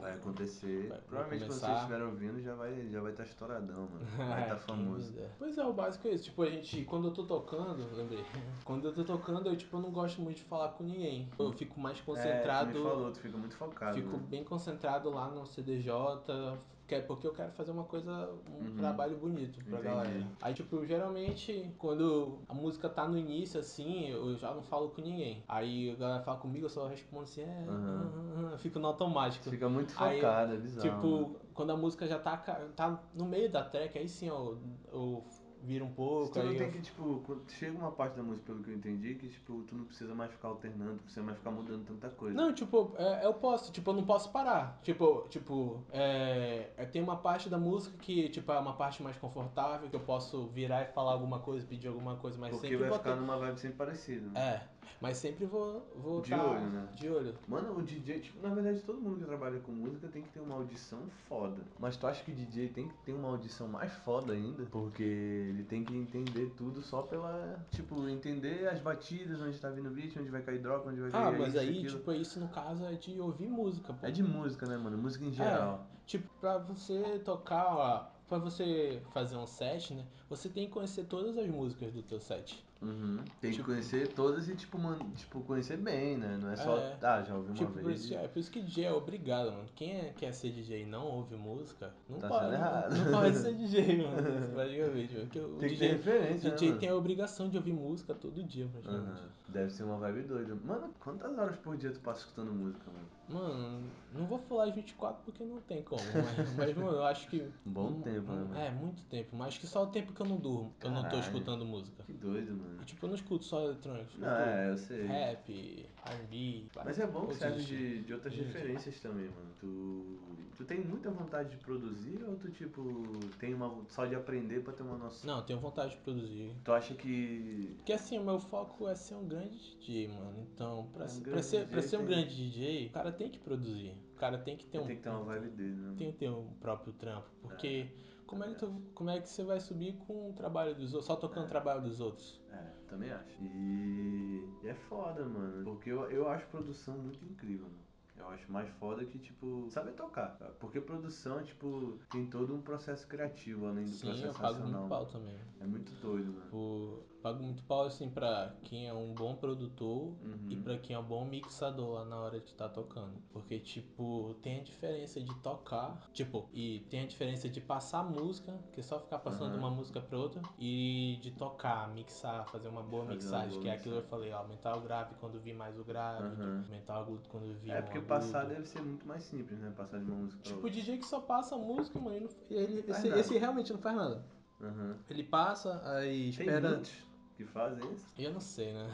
Speaker 1: Vai acontecer.
Speaker 2: Vai- vai
Speaker 1: Provavelmente quando
Speaker 2: começar.
Speaker 1: vocês estiverem ouvindo, já vai já vai tá estouradão, mano. Vai (laughs) tá
Speaker 2: Quem
Speaker 1: famoso.
Speaker 2: me dera. Pois é, o básico é isso. Tipo, a gente, quando eu tô tocando, lembrei. (laughs) Quando eu tô tocando, eu, tipo, eu não gosto muito de falar com ninguém. Eu fico mais
Speaker 1: É, tu me
Speaker 2: concentrado.
Speaker 1: falou, tu fica muito focado.
Speaker 2: fico
Speaker 1: né?
Speaker 2: bem concentrado lá no CDJ. que é Porque eu quero fazer uma coisa, um
Speaker 1: Uhum.
Speaker 2: trabalho bonito pra
Speaker 1: Entendi.
Speaker 2: galera. Aí, tipo, geralmente, quando a música tá no início, assim, eu já não falo com ninguém. Aí a galera fala comigo, eu só respondo assim, é.
Speaker 1: Uhum.
Speaker 2: (laughs) ah, ah, ah. Fico no automático.
Speaker 1: Fica muito
Speaker 2: Aí,
Speaker 1: focado, é bizarro. mano.
Speaker 2: Tipo, quando a música já tá, ca- tá no meio da track, aí sim eu, eu viro um
Speaker 1: Se
Speaker 2: pouco,
Speaker 1: tu não
Speaker 2: aí
Speaker 1: tem
Speaker 2: eu...
Speaker 1: que, tipo, quando chega uma parte da música, pelo que eu entendi, que, tipo, tu não precisa mais ficar alternando, tu precisa mais ficar mudando tanta coisa.
Speaker 2: Não, tipo, é, eu posso, tipo, eu não posso parar. Tipo, tipo, é, é, tem uma parte da música que, tipo, é uma parte mais confortável, que eu posso virar e falar alguma coisa, pedir alguma coisa, mas
Speaker 1: porque
Speaker 2: sempre
Speaker 1: vai
Speaker 2: vou
Speaker 1: ficar
Speaker 2: ter-
Speaker 1: numa vibe sempre parecida, né?
Speaker 2: É, mas sempre vou, vou
Speaker 1: De
Speaker 2: tá-
Speaker 1: olho, né?
Speaker 2: De olho.
Speaker 1: Mano, o DJ, tipo, na verdade todo mundo que trabalha com música tem que ter uma audição foda. Mas tu acha que o DJ tem que ter uma audição mais foda ainda? Porque ele tem que entender tudo só pela. Tipo, entender as batidas, onde tá vindo o beat, onde vai cair drop, onde vai
Speaker 2: Ah,
Speaker 1: cair.
Speaker 2: mas
Speaker 1: isso,
Speaker 2: aí,
Speaker 1: aquilo.
Speaker 2: tipo, isso no caso é de ouvir música, pô.
Speaker 1: É de música, né, mano? Música em geral.
Speaker 2: Tipo, pra você tocar, ó, pra você fazer um set, né? Você tem que conhecer todas as músicas do teu set.
Speaker 1: Uhum. Tem
Speaker 2: Tipo-
Speaker 1: que conhecer todas e, tipo, man... tipo, conhecer bem, né? Não é só.
Speaker 2: É.
Speaker 1: Ah, já ouvi uma
Speaker 2: tipo, por
Speaker 1: vez.
Speaker 2: isso, é, por isso que DJ é obrigado, mano. Quem é, quer ser DJ e não ouve música, não,
Speaker 1: Tá
Speaker 2: pode,
Speaker 1: sendo errado.
Speaker 2: não, não pode ser
Speaker 1: (laughs)
Speaker 2: DJ, mano. Praticamente, porque o
Speaker 1: Tem que ter
Speaker 2: DJ,
Speaker 1: referência, né,
Speaker 2: DJ
Speaker 1: mano?
Speaker 2: tem a obrigação de ouvir música todo dia, praticamente.
Speaker 1: Aham. Deve ser uma vibe doida. Mano, quantas horas por dia tu passa escutando música, mano?
Speaker 2: Mano, não vou falar as 24 porque não tem como,
Speaker 1: (laughs)
Speaker 2: mas, mas, mano, eu acho que...
Speaker 1: Um bom tempo, né, mano?
Speaker 2: É, muito tempo, mas acho que só o tempo que eu não durmo, que eu não tô
Speaker 1: Caralho.
Speaker 2: escutando música.
Speaker 1: Que doido, mano.
Speaker 2: E, tipo, eu não escuto só eletrônicos.
Speaker 1: Não, é, eu sei.
Speaker 2: rap, R&B.
Speaker 1: Mas é bom que
Speaker 2: tipo, outros
Speaker 1: serve
Speaker 2: estilos.
Speaker 1: de, de outras
Speaker 2: Sim.
Speaker 1: referências também, mano. Tu, tu tem muita vontade de produzir ou tu, tipo, tem uma só de aprender pra ter uma noção?
Speaker 2: Não, eu tenho vontade de produzir.
Speaker 1: Tu acha que...
Speaker 2: Porque assim, o meu foco é ser um grande DJ, mano. Então, pra,
Speaker 1: É, um
Speaker 2: ser- pra
Speaker 1: grande
Speaker 2: ser, pra
Speaker 1: DJ
Speaker 2: ser um
Speaker 1: tem-
Speaker 2: grande DJ, o cara tem que produzir. O cara tem que ter um.
Speaker 1: Tem que ter uma vibe dele, né?
Speaker 2: Tem que ter um próprio trampo. Porque como, é que tu, como é que você vai subir com o trabalho dos outros? Só tocando o trabalho dos outros?
Speaker 1: É, também acho. E e é foda, mano. Porque eu, eu acho produção muito incrível, mano. Eu acho mais foda que, tipo, saber tocar. cara. Porque produção, tipo, tem todo um processo criativo, além do
Speaker 2: Sim, eu
Speaker 1: processo
Speaker 2: pago muito
Speaker 1: racional.
Speaker 2: pau também.
Speaker 1: É muito doido, mano.
Speaker 2: Tipo, pago muito pau assim pra quem é um bom produtor e
Speaker 1: Uhum.
Speaker 2: pra quem é um bom mixador lá na hora de estar tocando. Porque, tipo, tem a diferença de tocar, tipo, e tem a diferença de passar música, que é só ficar passando de
Speaker 1: Aham.
Speaker 2: uma música pra outra, e de tocar, mixar, fazer uma boa
Speaker 1: Fazer uma
Speaker 2: mixagem,
Speaker 1: boa
Speaker 2: que é aquilo que eu
Speaker 1: mixagem.
Speaker 2: falei, ó, aumentar o grave quando vir mais o grave,
Speaker 1: Aham.
Speaker 2: aumentar o agudo quando vir.
Speaker 1: É
Speaker 2: um
Speaker 1: porque
Speaker 2: agudo.
Speaker 1: passar deve ser muito mais simples, né? Passar de uma música pra
Speaker 2: Tipo, o
Speaker 1: outra.
Speaker 2: DJ que só passa música, mano, ele, não- ele-
Speaker 1: Faz
Speaker 2: esse,
Speaker 1: nada.
Speaker 2: esse realmente não faz nada.
Speaker 1: Aham.
Speaker 2: Ele passa, aí
Speaker 1: Tem
Speaker 2: espera.
Speaker 1: muitos que fazem isso.
Speaker 2: Eu não sei,
Speaker 1: (laughs)
Speaker 2: né?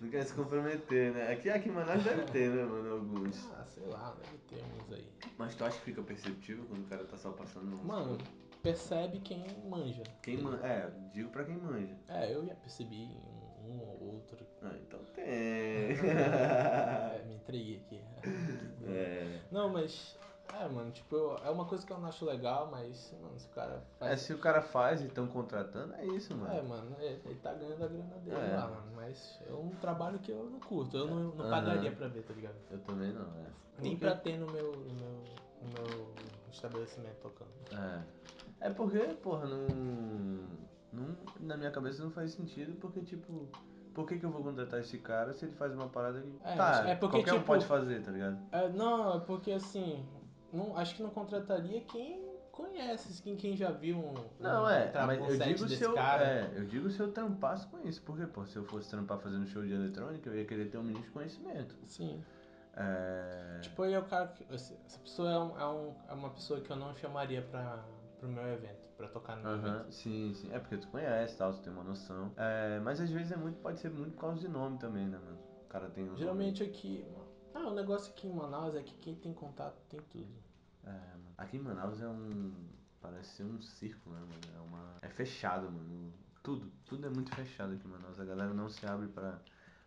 Speaker 1: Não quer se comprometer, né? Aqui, aqui em Manaus deve ter, né, mano? Alguns.
Speaker 2: Ah, sei lá, deve ter uns aí.
Speaker 1: Mas tu acha que fica perceptível quando o cara tá só passando uma música?
Speaker 2: Mano, percebe quem manja.
Speaker 1: Quem manja. É, digo pra quem manja.
Speaker 2: É, eu já percebi um, um ou
Speaker 1: (laughs)
Speaker 2: outro.
Speaker 1: Ah, então
Speaker 2: (laughs)
Speaker 1: tem.
Speaker 2: É, me entreguei aqui.
Speaker 1: é.
Speaker 2: Não, mas. É, mano, tipo, eu- é uma coisa que eu não acho legal, mas, mano, se o cara
Speaker 1: É,
Speaker 2: faz.
Speaker 1: se o cara faz e estão contratando, é isso,
Speaker 2: É,
Speaker 1: mano.
Speaker 2: mano, ele ele tá ganhando a grana dele
Speaker 1: É.
Speaker 2: lá, mano. Mas é um trabalho que eu não curto. Eu não, não
Speaker 1: Aham.
Speaker 2: pagaria pra ver, tá ligado?
Speaker 1: Eu também não, é.
Speaker 2: Nem
Speaker 1: Porque-
Speaker 2: pra ter no meu, no meu, no meu estabelecimento tocando.
Speaker 1: É. É porque, porra, não, não. Na minha cabeça não faz sentido, porque, tipo. Por que, que eu vou contratar esse cara se ele faz uma parada que.
Speaker 2: É, mas
Speaker 1: tá,
Speaker 2: é porque,
Speaker 1: qualquer um
Speaker 2: tipo,
Speaker 1: pode fazer, tá ligado?
Speaker 2: É, não, é porque assim, não, acho que não contrataria quem conhece, quem, quem já viu um,
Speaker 1: Não,
Speaker 2: um,
Speaker 1: é,
Speaker 2: tra-
Speaker 1: mas
Speaker 2: um
Speaker 1: eu
Speaker 2: set
Speaker 1: digo,
Speaker 2: desse
Speaker 1: se eu,
Speaker 2: cara.
Speaker 1: é, eu digo se eu trampasse com isso, porque, pô, se eu fosse trampar fazendo show de eletrônica, eu ia querer ter um mínimo de conhecimento.
Speaker 2: Sim.
Speaker 1: É.
Speaker 2: Tipo, ele é o cara que. Essa essa pessoa é, um, é, um- é uma pessoa que eu não chamaria pra, pro meu evento, pra tocar no meu
Speaker 1: Aham,
Speaker 2: evento.
Speaker 1: sim, sim. É porque tu conhece e tal, tu tem uma noção. É, mas às vezes é muito, pode ser muito por causa de nome também, né, mano? O cara tem um nome-
Speaker 2: Geralmente aqui. Ah, o negócio aqui em Manaus é que quem tem contato tem tudo.
Speaker 1: É, mano. Aqui em Manaus é um. Parece ser um circo, né, mano? É, uma... é fechado, mano. Tudo. Tudo é muito fechado aqui em Manaus. A galera não se abre pra,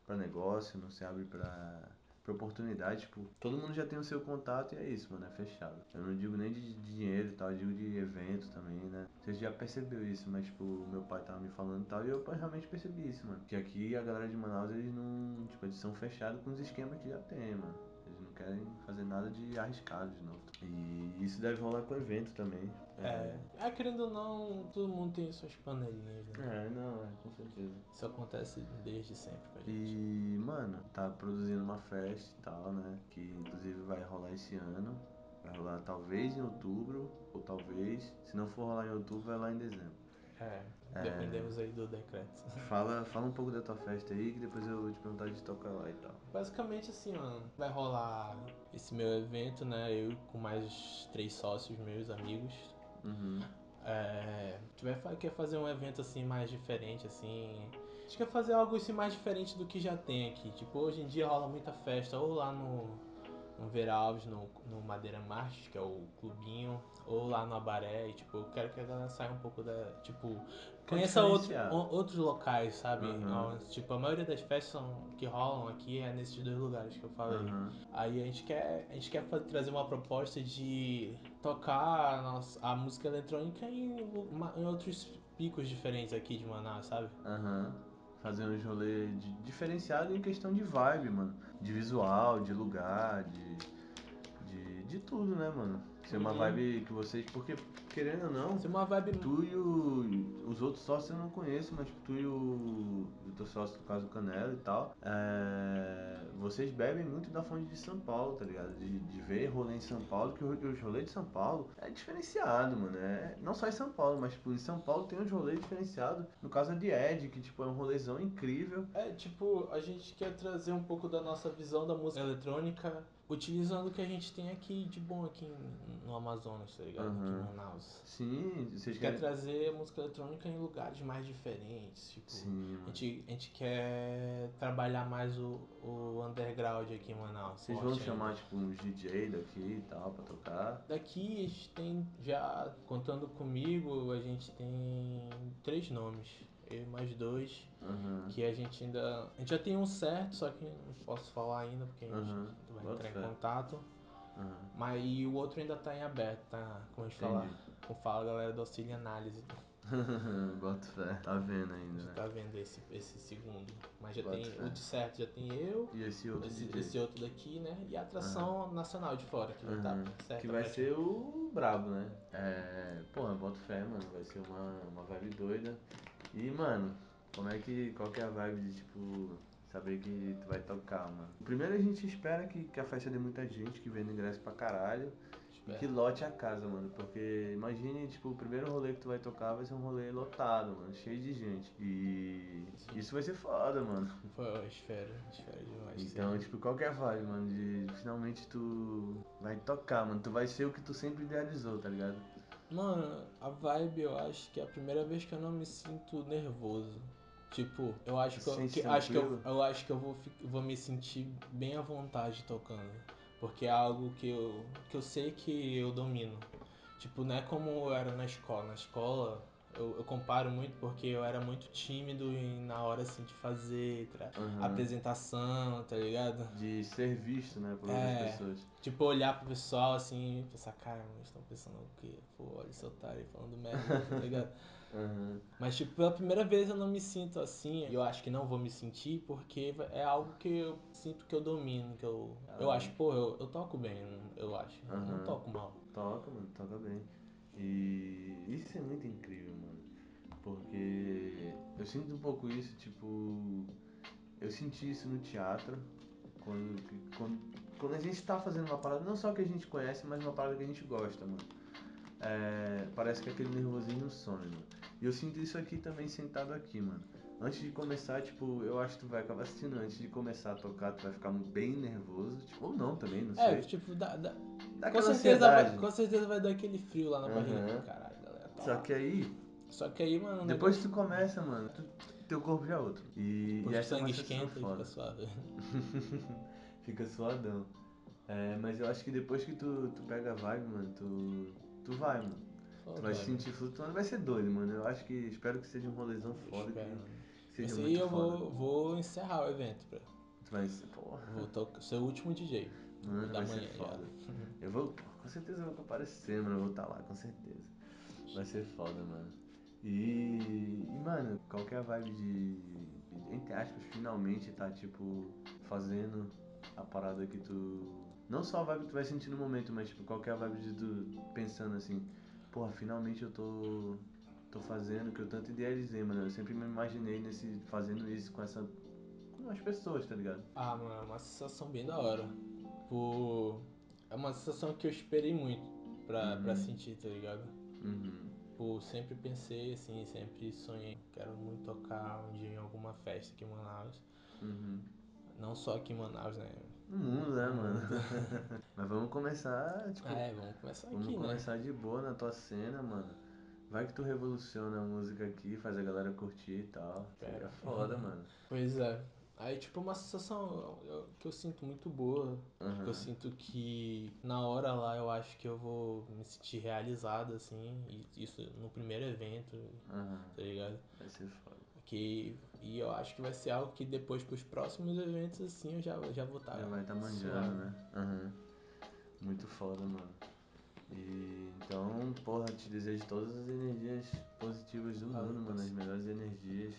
Speaker 1: pra negócio, não se abre pra, pra oportunidade. Tipo, todo mundo já tem o seu contato e é isso, mano. É fechado. Eu não digo nem de de dinheiro e tal, eu digo de evento também, né? Você já percebeu isso, mas, tipo, meu pai tava me falando e tal, e eu realmente percebi isso, mano. Que aqui a galera de Manaus, eles não. Tipo, eles são fechados com os esquemas que já tem, mano. Eles não querem fazer nada de arriscado de novo. E isso deve rolar com o evento também.
Speaker 2: É. é, querendo ou não, todo mundo tem suas panelinhas, né?
Speaker 1: É, não, é, com certeza.
Speaker 2: Isso acontece desde sempre com a gente.
Speaker 1: E, mano, tá produzindo uma festa e tal, né? Que inclusive vai rolar esse ano. Vai rolar talvez em outubro, ou talvez. Se não for rolar em outubro, vai lá em dezembro.
Speaker 2: (laughs) É,
Speaker 1: É.
Speaker 2: dependemos aí do decreto.
Speaker 1: Fala, fala um pouco da tua festa aí, que depois eu vou te perguntar de tocar lá e tal.
Speaker 2: Basicamente assim, mano, vai rolar esse meu evento, né? Eu com mais três sócios meus, amigos.
Speaker 1: Uhum.
Speaker 2: É, tu vai fa- quer fazer um evento assim mais diferente, assim. A gente quer fazer algo assim mais diferente do que já tem aqui. Tipo, hoje em dia rola muita festa, ou lá no, no Vera Alves, no, no Madeira Marches, que é o clubinho, ou lá no Abaré, e, tipo, eu quero que a galera saia um pouco da. Tipo, conheça outro,
Speaker 1: diferenciar.
Speaker 2: o- outros locais, sabe?
Speaker 1: Aham.
Speaker 2: Ó, Tipo, a maioria das festas são- que rolam aqui é nesses dois lugares que eu falei.
Speaker 1: Uhum.
Speaker 2: Aí a gente quer, a gente quer fa- trazer uma proposta de tocar a, nossa- a música eletrônica em, lu- ma- em outros picos diferentes aqui de Manaus, sabe?
Speaker 1: Aham. Fazer um rolê de- diferenciado em questão de vibe, mano. De visual, de lugar, de. de, de tudo, né, mano? Ser uma
Speaker 2: Uhum.
Speaker 1: vibe que vocês. Porque, querendo ou não,
Speaker 2: Ser uma vibe.
Speaker 1: Hum. tu e o, os outros sócios eu não conheço, mas tu e o, o teu sócio, no caso o Canelo e tal, é, vocês bebem muito da fonte de São Paulo, tá ligado? De, de ver rolê em São Paulo, que o- os rolês de São Paulo é diferenciado, mano. É, não só em São Paulo, mas tipo, em São Paulo tem uns rolês diferenciados. No caso é de Ed, que tipo, é um rolezão incrível.
Speaker 2: É, tipo, a gente quer trazer um pouco da nossa visão da música eletrônica, utilizando o que a gente tem aqui de bom aqui em- no Amazonas, tá ligado? Aqui em
Speaker 1: Aham.
Speaker 2: Manaus.
Speaker 1: Sim,
Speaker 2: A
Speaker 1: vocês
Speaker 2: gente quer
Speaker 1: querem...
Speaker 2: trazer a música eletrônica em lugares mais diferentes, tipo.
Speaker 1: Sim,
Speaker 2: A
Speaker 1: mano.
Speaker 2: gente, a gente quer trabalhar mais o, o underground aqui em Manaus.
Speaker 1: Vocês
Speaker 2: forte
Speaker 1: vão
Speaker 2: ainda.
Speaker 1: chamar tipo uns DJ daqui e tal pra tocar.
Speaker 2: Daqui a gente tem já, contando comigo, a gente tem três nomes. Eu e mais dois,
Speaker 1: Aham.
Speaker 2: que a gente ainda. A gente já tem um certo, só que não posso falar ainda, porque a gente
Speaker 1: Aham.
Speaker 2: vai
Speaker 1: Bota
Speaker 2: entrar em
Speaker 1: fé.
Speaker 2: contato.
Speaker 1: Aham.
Speaker 2: Mas e o outro ainda tá em aberto, tá? Como a gente fala,
Speaker 1: Entendi.
Speaker 2: como fala a galera do auxílio análise.
Speaker 1: (laughs) Boto fé. Tá vendo
Speaker 2: A
Speaker 1: ainda,
Speaker 2: gente
Speaker 1: né?
Speaker 2: tá vendo esse, esse segundo. Mas já
Speaker 1: Bota
Speaker 2: tem
Speaker 1: fé.
Speaker 2: o de certo, já tem eu,
Speaker 1: E esse outro
Speaker 2: esse,
Speaker 1: DJ.
Speaker 2: esse outro daqui, né? E a atração nacional de fora, que já tá
Speaker 1: Aham.
Speaker 2: certa.
Speaker 1: Que vai
Speaker 2: pra-
Speaker 1: ser o brabo, né? É. Porra, boto fé, mano. Vai ser uma, uma vibe doida. E, mano, Como é que. Qual que é a vibe de, tipo, saber que tu vai tocar, mano? Primeiro a gente espera que, que a festa dê muita gente, que venda ingresso pra caralho.
Speaker 2: É.
Speaker 1: E que lote a casa, mano. Porque imagine, tipo, o primeiro rolê que tu vai tocar vai ser um rolê lotado, mano. Cheio de gente. E
Speaker 2: Sim.
Speaker 1: isso vai ser foda, mano.
Speaker 2: Pô, eu espero, espero demais. que
Speaker 1: Então,
Speaker 2: seja.
Speaker 1: tipo, qual que é a vibe, mano? De finalmente tu vai tocar, mano. Tu vai ser o que tu sempre idealizou, tá ligado?
Speaker 2: Mano, a vibe eu acho que é a primeira vez que eu não me sinto nervoso. Tipo, eu acho que, eu,
Speaker 1: Sente
Speaker 2: que- acho que eu,
Speaker 1: tranquilo?
Speaker 2: eu acho que eu vou, fi- vou me sentir bem à vontade tocando. Porque é algo que eu, que eu sei que eu domino. Tipo, não é como eu era na escola. Na escola eu, eu comparo muito porque eu era muito tímido em- na hora assim de fazer tra-
Speaker 1: Aham.
Speaker 2: apresentação, tá ligado?
Speaker 1: De ser visto, né, por outras
Speaker 2: É.
Speaker 1: pessoas.
Speaker 2: Tipo, olhar pro pessoal assim e pensar, cara, eles estão pensando o quê? Pô, olha esse otário aí falando merda, tá ligado?
Speaker 1: Aham.
Speaker 2: Mas, tipo, pela primeira vez eu não me sinto assim. E eu acho que não vou me sentir porque é algo que eu sinto que eu domino. Que eu, eu
Speaker 1: Ah.
Speaker 2: acho, pô, eu, eu toco bem, eu acho. Eu
Speaker 1: Aham.
Speaker 2: não toco mal.
Speaker 1: Toca, mano, toca bem. E isso é muito incrível, mano. Porque eu sinto um pouco isso, tipo. Eu senti isso no teatro. Quando, que- quando, quando a gente tá fazendo uma parada, não só que a gente conhece, mas uma parada que a gente gosta, mano. É, parece que aquele nervosismo some, mano. E eu sinto isso aqui também sentado aqui, mano. Antes de começar, tipo, eu acho que tu vai acabar assistindo. Antes de começar a tocar, tu vai ficar bem nervoso. Tipo, ou não também, não
Speaker 2: É,
Speaker 1: sei.
Speaker 2: tipo, dá, dá-
Speaker 1: Dá
Speaker 2: com,
Speaker 1: aquela
Speaker 2: certeza vai,
Speaker 1: ansiedade. né?
Speaker 2: com certeza vai dar aquele frio lá na barriga.
Speaker 1: Aham.
Speaker 2: Caralho, galera. tá
Speaker 1: Só
Speaker 2: lá.
Speaker 1: que aí,
Speaker 2: Só que aí, mano. o
Speaker 1: Depois que
Speaker 2: negócio-
Speaker 1: tu começa, mano, tu- teu corpo já é outro. E,
Speaker 2: depois
Speaker 1: e
Speaker 2: que o
Speaker 1: essa é uma
Speaker 2: sangue
Speaker 1: sensação
Speaker 2: esquenta e
Speaker 1: foda.
Speaker 2: fica assim. suave.
Speaker 1: Fica suadão. É, mas eu acho que depois que tu, tu pega a vibe, mano, tu, tu vai, mano.
Speaker 2: Pô,
Speaker 1: tu vai se
Speaker 2: velho,
Speaker 1: sentir flutuando, vai ser doido, mano. Eu acho que, espero que seja um rolezão
Speaker 2: eu
Speaker 1: foda,
Speaker 2: espero,
Speaker 1: que
Speaker 2: mano.
Speaker 1: seja
Speaker 2: Esse aí
Speaker 1: muito
Speaker 2: eu
Speaker 1: foda.
Speaker 2: vou, vou encerrar o evento, pra.
Speaker 1: Tu vai ser, porra,
Speaker 2: Vou to- ser o último DJ.
Speaker 1: mano,
Speaker 2: da
Speaker 1: vai ser
Speaker 2: manhã já. (laughs)
Speaker 1: foda. Eu vou, com certeza eu vou comparecer, mano, eu vou estar lá, com certeza. Vai ser foda, mano. E, e, mano, qual que é a vibe de, entre aspas, finalmente tá, tipo, fazendo a parada que tu... Não só a vibe que tu vai sentir no momento, mas, tipo, qual que é a vibe de tu pensando assim, porra, finalmente eu tô, tô fazendo o que eu tanto idealizei, mano. Eu sempre me imaginei nesse, fazendo isso com essa... com as pessoas, tá ligado?
Speaker 2: Ah, mano, é uma sensação bem da hora. Tipo, é uma sensação que eu esperei muito pra, pra
Speaker 1: Uhum.
Speaker 2: sentir, tá ligado?
Speaker 1: Uhum.
Speaker 2: Tipo, sempre pensei assim, sempre sonhei. Quero muito tocar um dia em alguma festa aqui em Manaus.
Speaker 1: Uhum.
Speaker 2: Não só aqui em Manaus, né?
Speaker 1: No mundo, né, mano? (laughs) Mas vamos começar, tipo,
Speaker 2: Ah, é, vamos começar
Speaker 1: vamos
Speaker 2: aqui, né?
Speaker 1: começar de boa na tua cena, mano. Vai que tu revoluciona a música aqui, faz a galera curtir e tal.
Speaker 2: Espero.
Speaker 1: É
Speaker 2: Uhum.
Speaker 1: foda, mano.
Speaker 2: Pois é. Aí, tipo, é uma sensação eu- que eu sinto muito boa.
Speaker 1: Aham.
Speaker 2: Eu sinto que na hora lá eu acho que eu vou me sentir realizado, assim. E isso no primeiro evento,
Speaker 1: Aham.
Speaker 2: tá ligado?
Speaker 1: Vai ser foda.
Speaker 2: Que, e eu acho que vai ser algo que depois pros próximos eventos, assim, eu já, já vou estar.
Speaker 1: Já vai tá
Speaker 2: suave.
Speaker 1: manjando, né? Aham. Muito foda, mano. E então, porra, te desejo todas as energias positivas do
Speaker 2: Valeu,
Speaker 1: mundo, mano. As
Speaker 2: parceiro.
Speaker 1: melhores energias.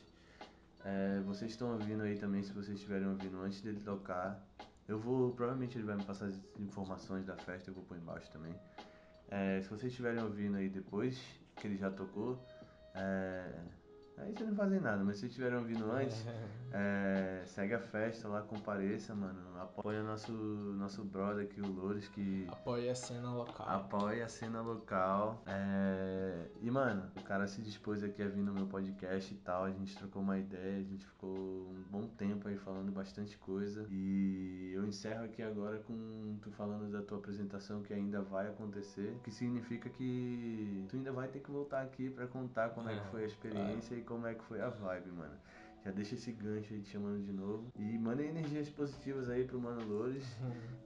Speaker 1: É, vocês estão ouvindo aí também, se vocês estiverem ouvindo antes dele tocar. Eu vou, provavelmente ele vai me passar as informações da festa, eu vou pôr embaixo também. É, se vocês estiverem ouvindo aí depois que ele já tocou, é, aí vocês não fazem nada, mas se vocês estiverem ouvindo
Speaker 2: (laughs)
Speaker 1: antes, é, segue a festa lá, compareça, mano. Apoia nosso, nosso brother aqui, o Loures, que
Speaker 2: Apoia a cena local.
Speaker 1: apoia a cena local. É, E, mano, o cara se dispôs aqui a vir no meu podcast e tal. A gente trocou uma ideia, a gente ficou um bom tempo aí falando bastante coisa. E eu encerro aqui agora com tu falando da tua apresentação que ainda vai acontecer. O que significa que tu ainda vai ter que voltar aqui pra contar como é,
Speaker 2: É,
Speaker 1: que foi a experiência e como é que foi a vibe, mano. Já deixa esse gancho aí te chamando de novo. E manda energias positivas aí pro Mano
Speaker 2: (laughs)
Speaker 1: Loures.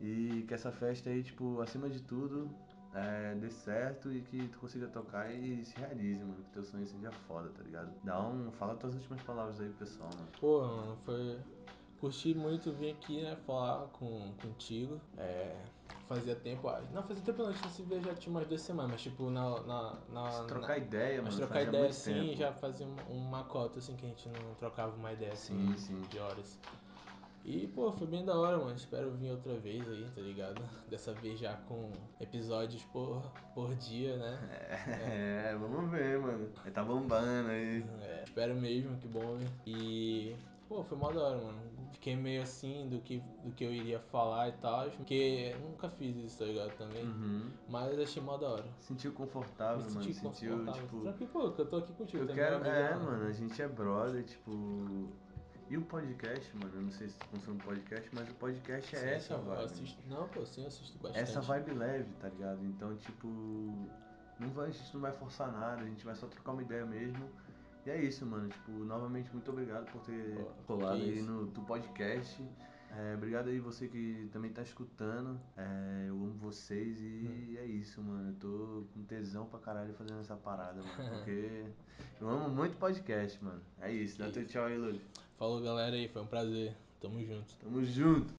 Speaker 1: E que essa festa aí, tipo, acima de tudo, é, dê certo e que tu consiga tocar e se realize, mano. Que teu sonho seja foda, tá ligado? Dá um. Fala tuas últimas palavras aí pro pessoal, mano.
Speaker 2: Pô, mano, foi. Curti muito vir aqui, né? Falar com, contigo. É, fazia tempo. ah, Não, fazia tempo não, a gente se vê já tinha umas duas semanas, mas tipo, na. na, na
Speaker 1: Se
Speaker 2: na-
Speaker 1: trocar ideia,
Speaker 2: mas
Speaker 1: mano.
Speaker 2: trocar
Speaker 1: fazia
Speaker 2: ideia
Speaker 1: muito
Speaker 2: assim
Speaker 1: tempo.
Speaker 2: já fazia um- uma cota assim que a gente não trocava uma ideia assim
Speaker 1: Sim, sim.
Speaker 2: de horas. E, pô, foi bem da hora, mano. Espero vir outra vez aí, tá ligado? (laughs) Dessa vez já com episódios por, por dia, né?
Speaker 1: (laughs) É, vamos ver, mano. Tá bombando aí.
Speaker 2: É, espero mesmo que bombe. E, pô, foi mó da hora, mano. Fiquei meio assim do que, do que eu iria falar e tal, porque nunca fiz isso, tá ligado? Também.
Speaker 1: Uhum.
Speaker 2: Mas achei mó da hora.
Speaker 1: Sentiu confortável,
Speaker 2: Me
Speaker 1: mano.
Speaker 2: senti
Speaker 1: Sentiu,
Speaker 2: confortável.
Speaker 1: tipo.
Speaker 2: Só que, pô, que eu tô aqui contigo
Speaker 1: Eu
Speaker 2: também.
Speaker 1: quero.
Speaker 2: amigão,
Speaker 1: É,
Speaker 2: né?
Speaker 1: mano, a gente é brother, tipo. E o podcast, mano, eu não sei se tu consome podcast, mas o podcast é
Speaker 2: Sim,
Speaker 1: essa
Speaker 2: eu
Speaker 1: vibe.
Speaker 2: assisto- não, pô, sim, eu assisto bastante.
Speaker 1: Essa vibe leve, tá ligado? Então, tipo. Não vai, a gente não vai forçar nada, a gente vai só trocar uma ideia mesmo. E é isso, mano. Tipo, novamente, muito obrigado por ter
Speaker 2: Pô,
Speaker 1: colado
Speaker 2: que
Speaker 1: aí
Speaker 2: isso.
Speaker 1: no do podcast. É, obrigado aí você que também tá escutando. É, eu amo vocês
Speaker 2: Hum.
Speaker 1: e é isso, mano. Eu tô com tesão pra caralho fazendo essa parada, mano.
Speaker 2: (laughs)
Speaker 1: Porque eu amo muito podcast, mano. É isso. Dá
Speaker 2: Que
Speaker 1: teu
Speaker 2: isso.
Speaker 1: tchau aí, Lu.
Speaker 2: Falou, galera aí, foi um prazer. Tamo junto.
Speaker 1: Tamo junto.